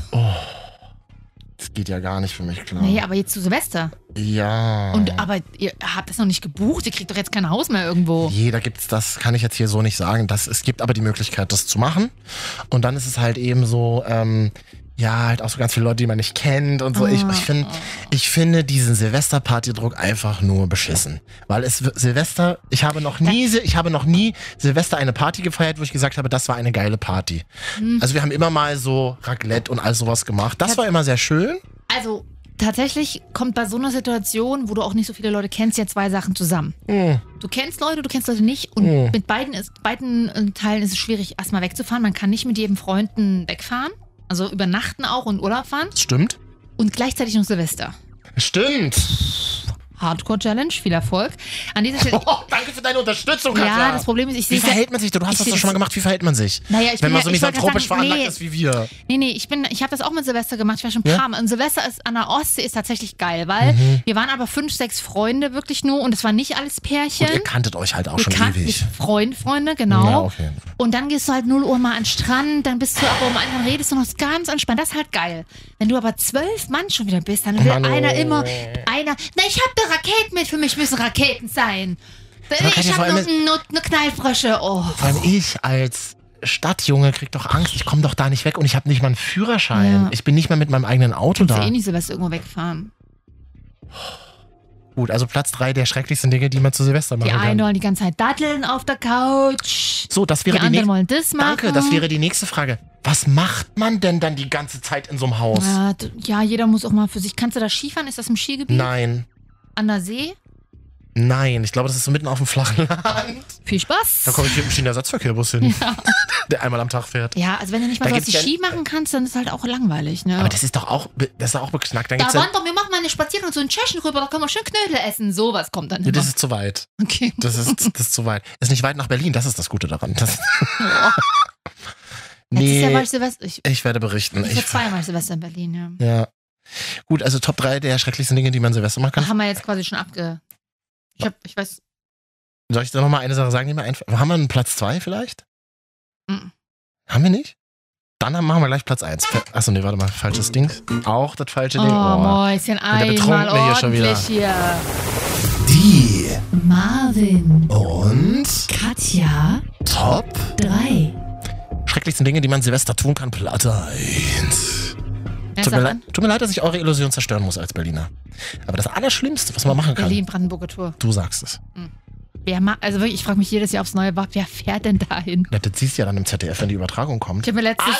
S1: Das geht ja gar nicht für mich klar.
S2: Nee, aber jetzt zu Silvester.
S1: ja.
S2: Und aber ihr habt das noch nicht gebucht, ihr kriegt doch jetzt kein Haus mehr irgendwo.
S1: Jeder gibt's das, kann ich jetzt hier so nicht sagen. Das, es gibt aber die Möglichkeit, das zu machen. Und dann ist es halt eben so, ähm, ja, halt auch so ganz viele Leute, die man nicht kennt und so. Ich, ich, find, ich finde diesen Silvesterpartydruck einfach nur beschissen. Weil es wird- Silvester, ich habe noch nie, Sil- ich habe noch nie Silvester eine Party gefeiert, wo ich gesagt habe, das war eine geile Party. Also wir haben immer mal so Raclette und all sowas gemacht. Das war immer sehr schön.
S2: Also tatsächlich kommt bei so einer Situation, wo du auch nicht so viele Leute kennst, ja zwei Sachen zusammen.
S1: Mhm.
S2: Du kennst Leute, du kennst Leute nicht. Und
S1: Mhm.
S2: mit beiden, ist, beiden äh, Teilen ist es schwierig, erstmal wegzufahren. Man kann nicht mit jedem Freunden wegfahren. Also übernachten auch und Urlaub fahren.
S1: Stimmt.
S2: Und gleichzeitig noch Silvester.
S1: Stimmt.
S2: Hardcore Challenge. Viel Erfolg. An dieser Stelle. oh,
S1: Oh, danke für deine Unterstützung, Katja.
S2: ja, das Problem ist, ich
S1: wie
S2: sehe es ja-
S1: verhält man sich? Du
S2: ich
S1: hast das
S2: seh
S1: doch schon mal gemacht. Wie verhält man sich?
S2: Naja, ich
S1: Wenn
S2: bin
S1: man
S2: ja-
S1: so
S2: ich wollte gerade
S1: misanthropisch
S2: sagen,
S1: veranlagt
S2: nee.
S1: ist wie wir.
S2: Nee, nee, ich bin, ich habe das auch mit Silvester gemacht. Ich war schon ein
S1: Ja? Mhm.
S2: paar Mal. Und Silvester ist an der Ostsee ist tatsächlich geil, weil wir waren aber fünf, sechs Freunde wirklich nur und es waren nicht alles Pärchen.
S1: Und ihr kanntet euch halt auch
S2: Wir
S1: schon
S2: kannten
S1: ewig.
S2: dich Freund, Freunde, genau.
S1: Ja, okay.
S2: Und dann gehst du halt 0 Uhr mal an den Strand, dann bist du aber um einen, dann redest du noch ganz entspannt. Das ist halt geil. Wenn du aber zwölf Mann schon wieder bist, dann will
S1: Mann, oh.
S2: einer immer, einer, na, ich hab da Raketen mit, für mich müssen Raketen sein.
S1: Aber Katja,
S2: Ich
S1: vor
S2: hab
S1: allem
S2: nur,
S1: ist-
S2: nur, nur Knallfrösche. Oh.
S1: Vor allem ich als Stadtjunge krieg doch Angst. Ich komme doch da nicht weg und ich habe nicht mal einen Führerschein.
S2: Ja.
S1: Ich bin nicht mal mit meinem eigenen Auto
S2: Ich will
S1: da.
S2: eh nicht Silvester irgendwo wegfahren.
S1: Gut, also Platz drei der schrecklichsten Dinge, die man zu Silvester machen
S2: Die einen
S1: kann.
S2: wollen die ganze Zeit datteln auf der Couch.
S1: So, das
S2: Die
S1: wäre die,
S2: anderen
S1: nächste.
S2: wollen das machen.
S1: Danke, das wäre die nächste Frage. Was macht man denn dann die ganze Zeit in so einem Haus?
S2: ja, d- ja, jeder muss auch mal für sich. Kannst du da Skifahren? Ist das im Skigebiet?
S1: Nein,
S2: An der See?
S1: nein. Ich glaube, das ist so mitten auf dem flachen Land.
S2: Viel Spaß.
S1: Da komme ich hier mit dem Ersatzverkehrbus hin, der einmal am Tag fährt.
S2: Ja, also wenn du nicht mal
S1: Da
S2: so was
S1: gibt's
S2: wie
S1: ja-
S2: Ski machen kannst, dann ist halt auch langweilig, ne?
S1: Aber das ist doch auch, be- das ist doch auch beknackt. Dann
S2: da
S1: gibt's ja,
S2: waren doch, wir machen mal eine Spaziergang zu den Tschechen rüber, da können wir schön Knödel essen. Sowas kommt dann
S1: Nee,
S2: immer.
S1: das ist zu weit.
S2: okay.
S1: Das ist, das ist zu weit. Ist nicht weit nach Berlin, das ist das Gute daran. Das,
S2: Letztes Jahr war
S1: nee,
S2: ich Silvester. Ich,
S1: ich werde berichten.
S2: ich war
S1: Ich,
S2: zweimal Silvester in Berlin, ja.
S1: ja. Gut, also Top 3 der schrecklichsten Dinge, die man Silvester machen kann.
S2: haben wir jetzt quasi schon abge. Ich, hab, ich weiß.
S1: Soll ich da nochmal eine Sache sagen, die mir einfällt? Haben wir einen Platz 2 vielleicht?
S2: Mm.
S1: Haben wir nicht? Dann haben- machen wir gleich Platz 1. Achso, nee, warte mal. Falsches Ding. Auch das falsche
S2: Oh,
S1: Ding. Oh.
S2: Mäuschen, einmal
S1: Betrunkene hier schon wieder.
S2: ordentlich hier.
S1: Die
S4: Marvin,
S1: und
S4: Katja,
S1: Top
S4: 3.
S1: schrecklichsten Dinge, die man Silvester tun kann. Platte 1.
S2: Ja,
S1: Tut
S2: sag
S1: mir,
S2: an.
S1: leid, tut mir leid, dass ich eure Illusion zerstören muss als Berliner. Aber das Allerschlimmste, was man machen kann,
S2: Berlin, Brandenburger Tour.
S1: du sagst es.
S2: Wer ma also wirklich, ich frage mich jedes Jahr aufs Neue, wa- wer fährt denn dahin?
S1: Na, Das siehst du ja dann im ZDF, wenn die Übertragung kommt.
S2: Ich habe mir letztes,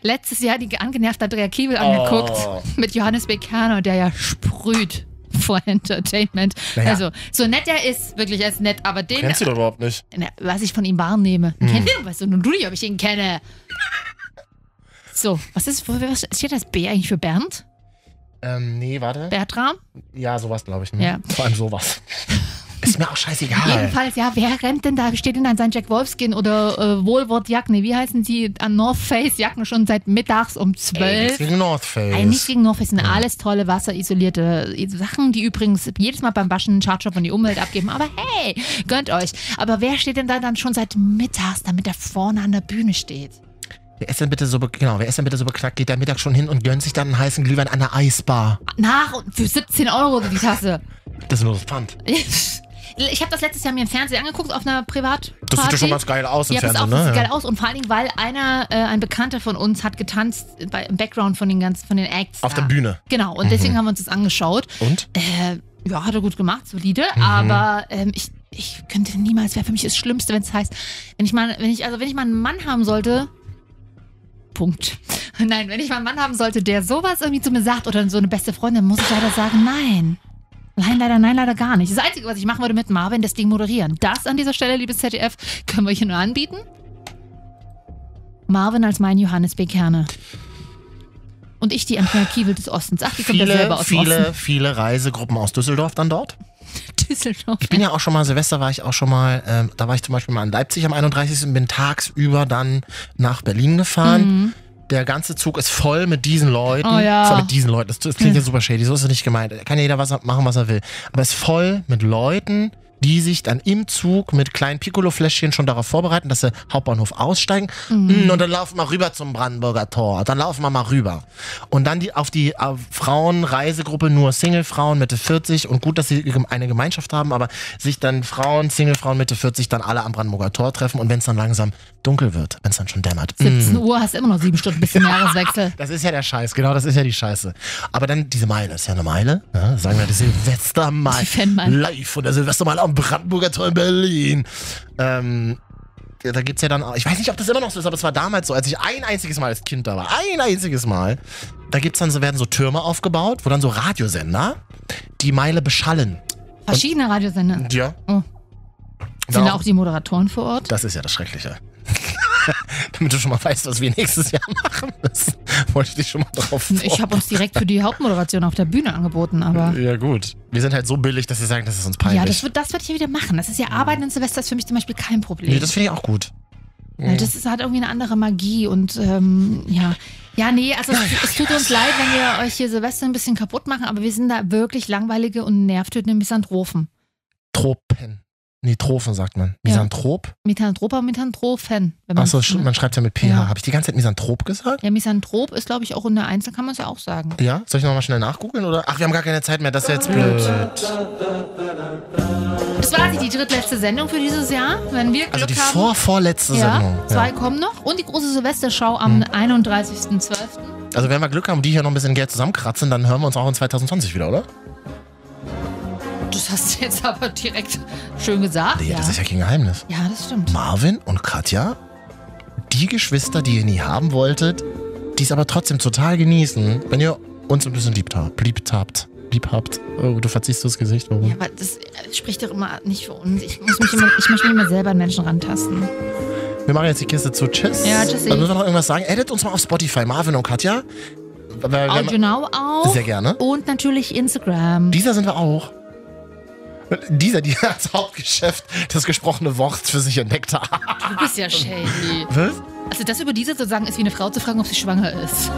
S2: letztes Jahr die angenervte Andrea Kiebel angeguckt
S1: Oh.
S2: mit Johannes Bekerner, der ja sprüht vor Entertainment.
S1: Naja.
S2: Also, so nett er ist, wirklich, er ist nett, aber den,
S1: Kennst du Hm. doch überhaupt nicht.
S2: na, was ich von ihm wahrnehme, kennt ihn, weißt du, nur du nicht, ob ich ihn kenne. So, was ist, wo- was steht das B eigentlich für Bernd?
S1: Ähm, nee, warte.
S2: Bertram?
S1: Ja, sowas glaube ich. ne?
S2: Ja.
S1: Vor allem sowas. Ist mir auch scheißegal.
S2: Jedenfalls, ja, wer rennt denn da? Steht denn da in seinen Jack Wolfskin oder äh, Woolworth-Jacken? Nee, Wie heißen die an North Face-Jacken schon seit mittags um
S1: Ey, nichts
S2: 12?
S1: gegen North Face.
S2: Ein nicht gegen North Face sind alles tolle wasserisolierte äh, Sachen, die übrigens jedes Mal beim Waschen einen Schadstoff an die Umwelt abgeben. Aber hey, gönnt euch. Aber wer steht denn da dann schon seit mittags, damit er vorne an der Bühne steht?
S1: wer ist denn bitte so, be- genau, wer ist denn bitte so beknackt, geht da Mittag schon hin und gönnt sich dann einen heißen Glühwein an der Eisbar.
S2: Nach und für 17 Euro die Tasse.
S1: Das ist nur das Pfand.
S2: Ich habe das letztes Jahr mir im Fernsehen angeguckt, auf einer Privatparty.
S1: Das sieht ja schon ganz geil aus im
S2: Ja, pass
S1: Fernsehen,
S2: auf, das
S1: ne?
S2: sieht
S1: Ja.
S2: geil aus. Und vor allen Dingen, weil einer, äh, ein Bekannter von uns, hat getanzt bei, im Background von den ganzen, von den Acts.
S1: Auf
S2: da.
S1: der Bühne. Mhm.
S2: Genau, und deswegen haben wir uns das angeschaut.
S1: Und?
S2: Äh, ja, hat er gut gemacht, solide,
S1: Mhm.
S2: aber ähm, ich, ich könnte niemals, wäre für mich das Schlimmste, wenn es heißt, wenn ich mal, wenn ich, also wenn ich mal einen Mann haben sollte. Punkt. Nein, wenn ich mal einen Mann haben sollte, der sowas irgendwie zu mir sagt oder so eine beste Freundin, muss ich leider sagen, nein. Nein, leider, nein, leider gar nicht. Das Einzige, was ich machen würde mit Marvin, das Ding moderieren. Das an dieser Stelle, liebes ZDF, können wir hier nur anbieten. Marvin als mein Johannes B. Kerne. Und ich die Antwort Kiewel des Ostens. Ach, die kommt ja
S1: Viele,
S2: selber aus dem
S1: viele,
S2: Osten.
S1: viele Reisegruppen aus Düsseldorf dann dort.
S2: Düsseldorf.
S1: Ich bin ja auch schon mal, Silvester war ich auch schon mal, ähm, da war ich zum Beispiel mal in Leipzig am 31. und bin tagsüber dann nach Berlin gefahren. Der ganze Zug ist voll mit diesen Leuten.
S2: Mhm. Oh ja.
S1: Voll mit diesen Leuten. Das, das klingt ja super shady, so ist es nicht gemeint. Kann ja jeder was machen, was er will. Aber es ist voll mit Leuten, die sich dann im Zug mit kleinen Piccolo-Fläschchen schon darauf vorbereiten, dass sie Hauptbahnhof aussteigen. Mm, Und dann laufen wir rüber zum Brandenburger Tor. Dann laufen wir mal rüber. Und dann die, auf die äh, Frauen-Reisegruppe nur Single-Frauen Mitte 40. Und gut, dass sie gem- eine Gemeinschaft haben, aber sich dann Frauen, Single-Frauen Mitte 40 dann alle am Brandenburger Tor treffen. Und wenn es dann langsam dunkel wird, wenn es dann schon dämmert. mm,
S2: 17 Uhr hast du immer noch sieben Stunden bis zum Jahreswechsel.
S1: das ist ja der Scheiß, genau, das ist ja die Scheiße. Aber dann diese Meile, ist ja eine Meile, ne? sagen wir die Silvestermeile.
S2: Die Fanmeile.
S1: Live von der Silvestermeile am Brandenburger Tor in Berlin. Ähm, ja, da gibt's ja dann auch, ich weiß nicht, ob das immer noch so ist, aber es war damals so, als ich ein einziges Mal als Kind da war, ein einziges Mal, da gibt's dann so, werden so Türme aufgebaut, wo dann so Radiosender die Meile beschallen.
S2: Verschiedene Radiosender.
S1: Ja. Genau.
S2: Oh. Sind da auch die Moderatoren vor Ort?
S1: Das ist ja das Schreckliche. Damit du schon mal weißt, was wir nächstes Jahr machen müssen. Wollte ich dich schon mal drauf
S2: Ich habe uns direkt für die Hauptmoderation auf der Bühne angeboten, aber.
S1: vorbereiten. Ja, gut. Wir sind halt so billig, dass wir sagen, das ist uns Äh, peinlich.
S2: Ja, das wird, das wird ich ja wieder machen. Das ist ja Arbeiten in Silvester ist für mich zum Beispiel kein Problem.
S1: nee, das finde ich auch gut. Mhm.
S2: Weil das ist, hat irgendwie eine andere Magie und ähm, ja. Ja, nee, also es, es tut uns leid, wenn wir euch hier Silvester ein bisschen kaputt machen, aber wir sind da wirklich langweilige und nervtötende Misanthropen.
S1: Tropen. Nee, Trophen sagt man.
S2: Ja.
S1: Misanthrop?
S2: Misanthroper, Misanthropen. wenn
S1: Achso,
S2: man's-
S1: sch- man schreibt ja mit PH.
S2: Ja.
S1: Habe ich die ganze Zeit Misanthrop gesagt?
S2: Ja, Misanthrop ist, glaube ich, auch in der Einzel, kann man es ja auch sagen.
S1: Ja? Soll ich nochmal schnell nachgoogeln? Oder? Ach, wir haben gar keine Zeit mehr. Das ist jetzt blöd.
S2: Das war die, die drittletzte Sendung für dieses Jahr. Wenn wir Glück
S1: Also die
S2: haben.
S1: vorvorletzte
S2: ja,
S1: Sendung.
S2: zwei kommen noch. Und die große Silvestershow am
S1: Hm.
S2: 31.12.
S1: Also wenn wir Glück haben, die hier noch ein bisschen Geld zusammenkratzen, dann hören wir uns auch in 2020 wieder, oder?
S2: Das hast du jetzt aber direkt schön gesagt.
S1: Nee,
S2: ja.
S1: das ist ja kein Geheimnis.
S2: ja, das stimmt.
S1: Marvin und Katja, die Geschwister, die ihr nie haben wolltet, die es aber trotzdem total genießen, wenn ihr uns ein bisschen lieb habt. Liebt habt. Lieb habt. Oh, du verziehst das Gesicht. Warum?
S2: Ja, aber das äh, spricht doch immer nicht für uns. Ich, muss mich immer, ich möchte mich immer selber an Menschen rantasten.
S1: Wir machen jetzt die Kiste zu. Tschüss.
S2: Ja, tschüssi.
S1: Dann müssen wir noch irgendwas sagen. Edit uns mal auf Spotify, Marvin und Katja. Weil wir-
S2: Audio Now auch.
S1: Sehr gerne.
S2: Und natürlich Instagram.
S1: Dieser sind wir auch. Dieser, die als Hauptgeschäft das gesprochene Wort für sich entdeckt haben.
S2: Du bist ja shady.
S1: Was?
S2: Also das über diese zu sagen, ist wie eine Frau zu fragen, ob sie schwanger ist.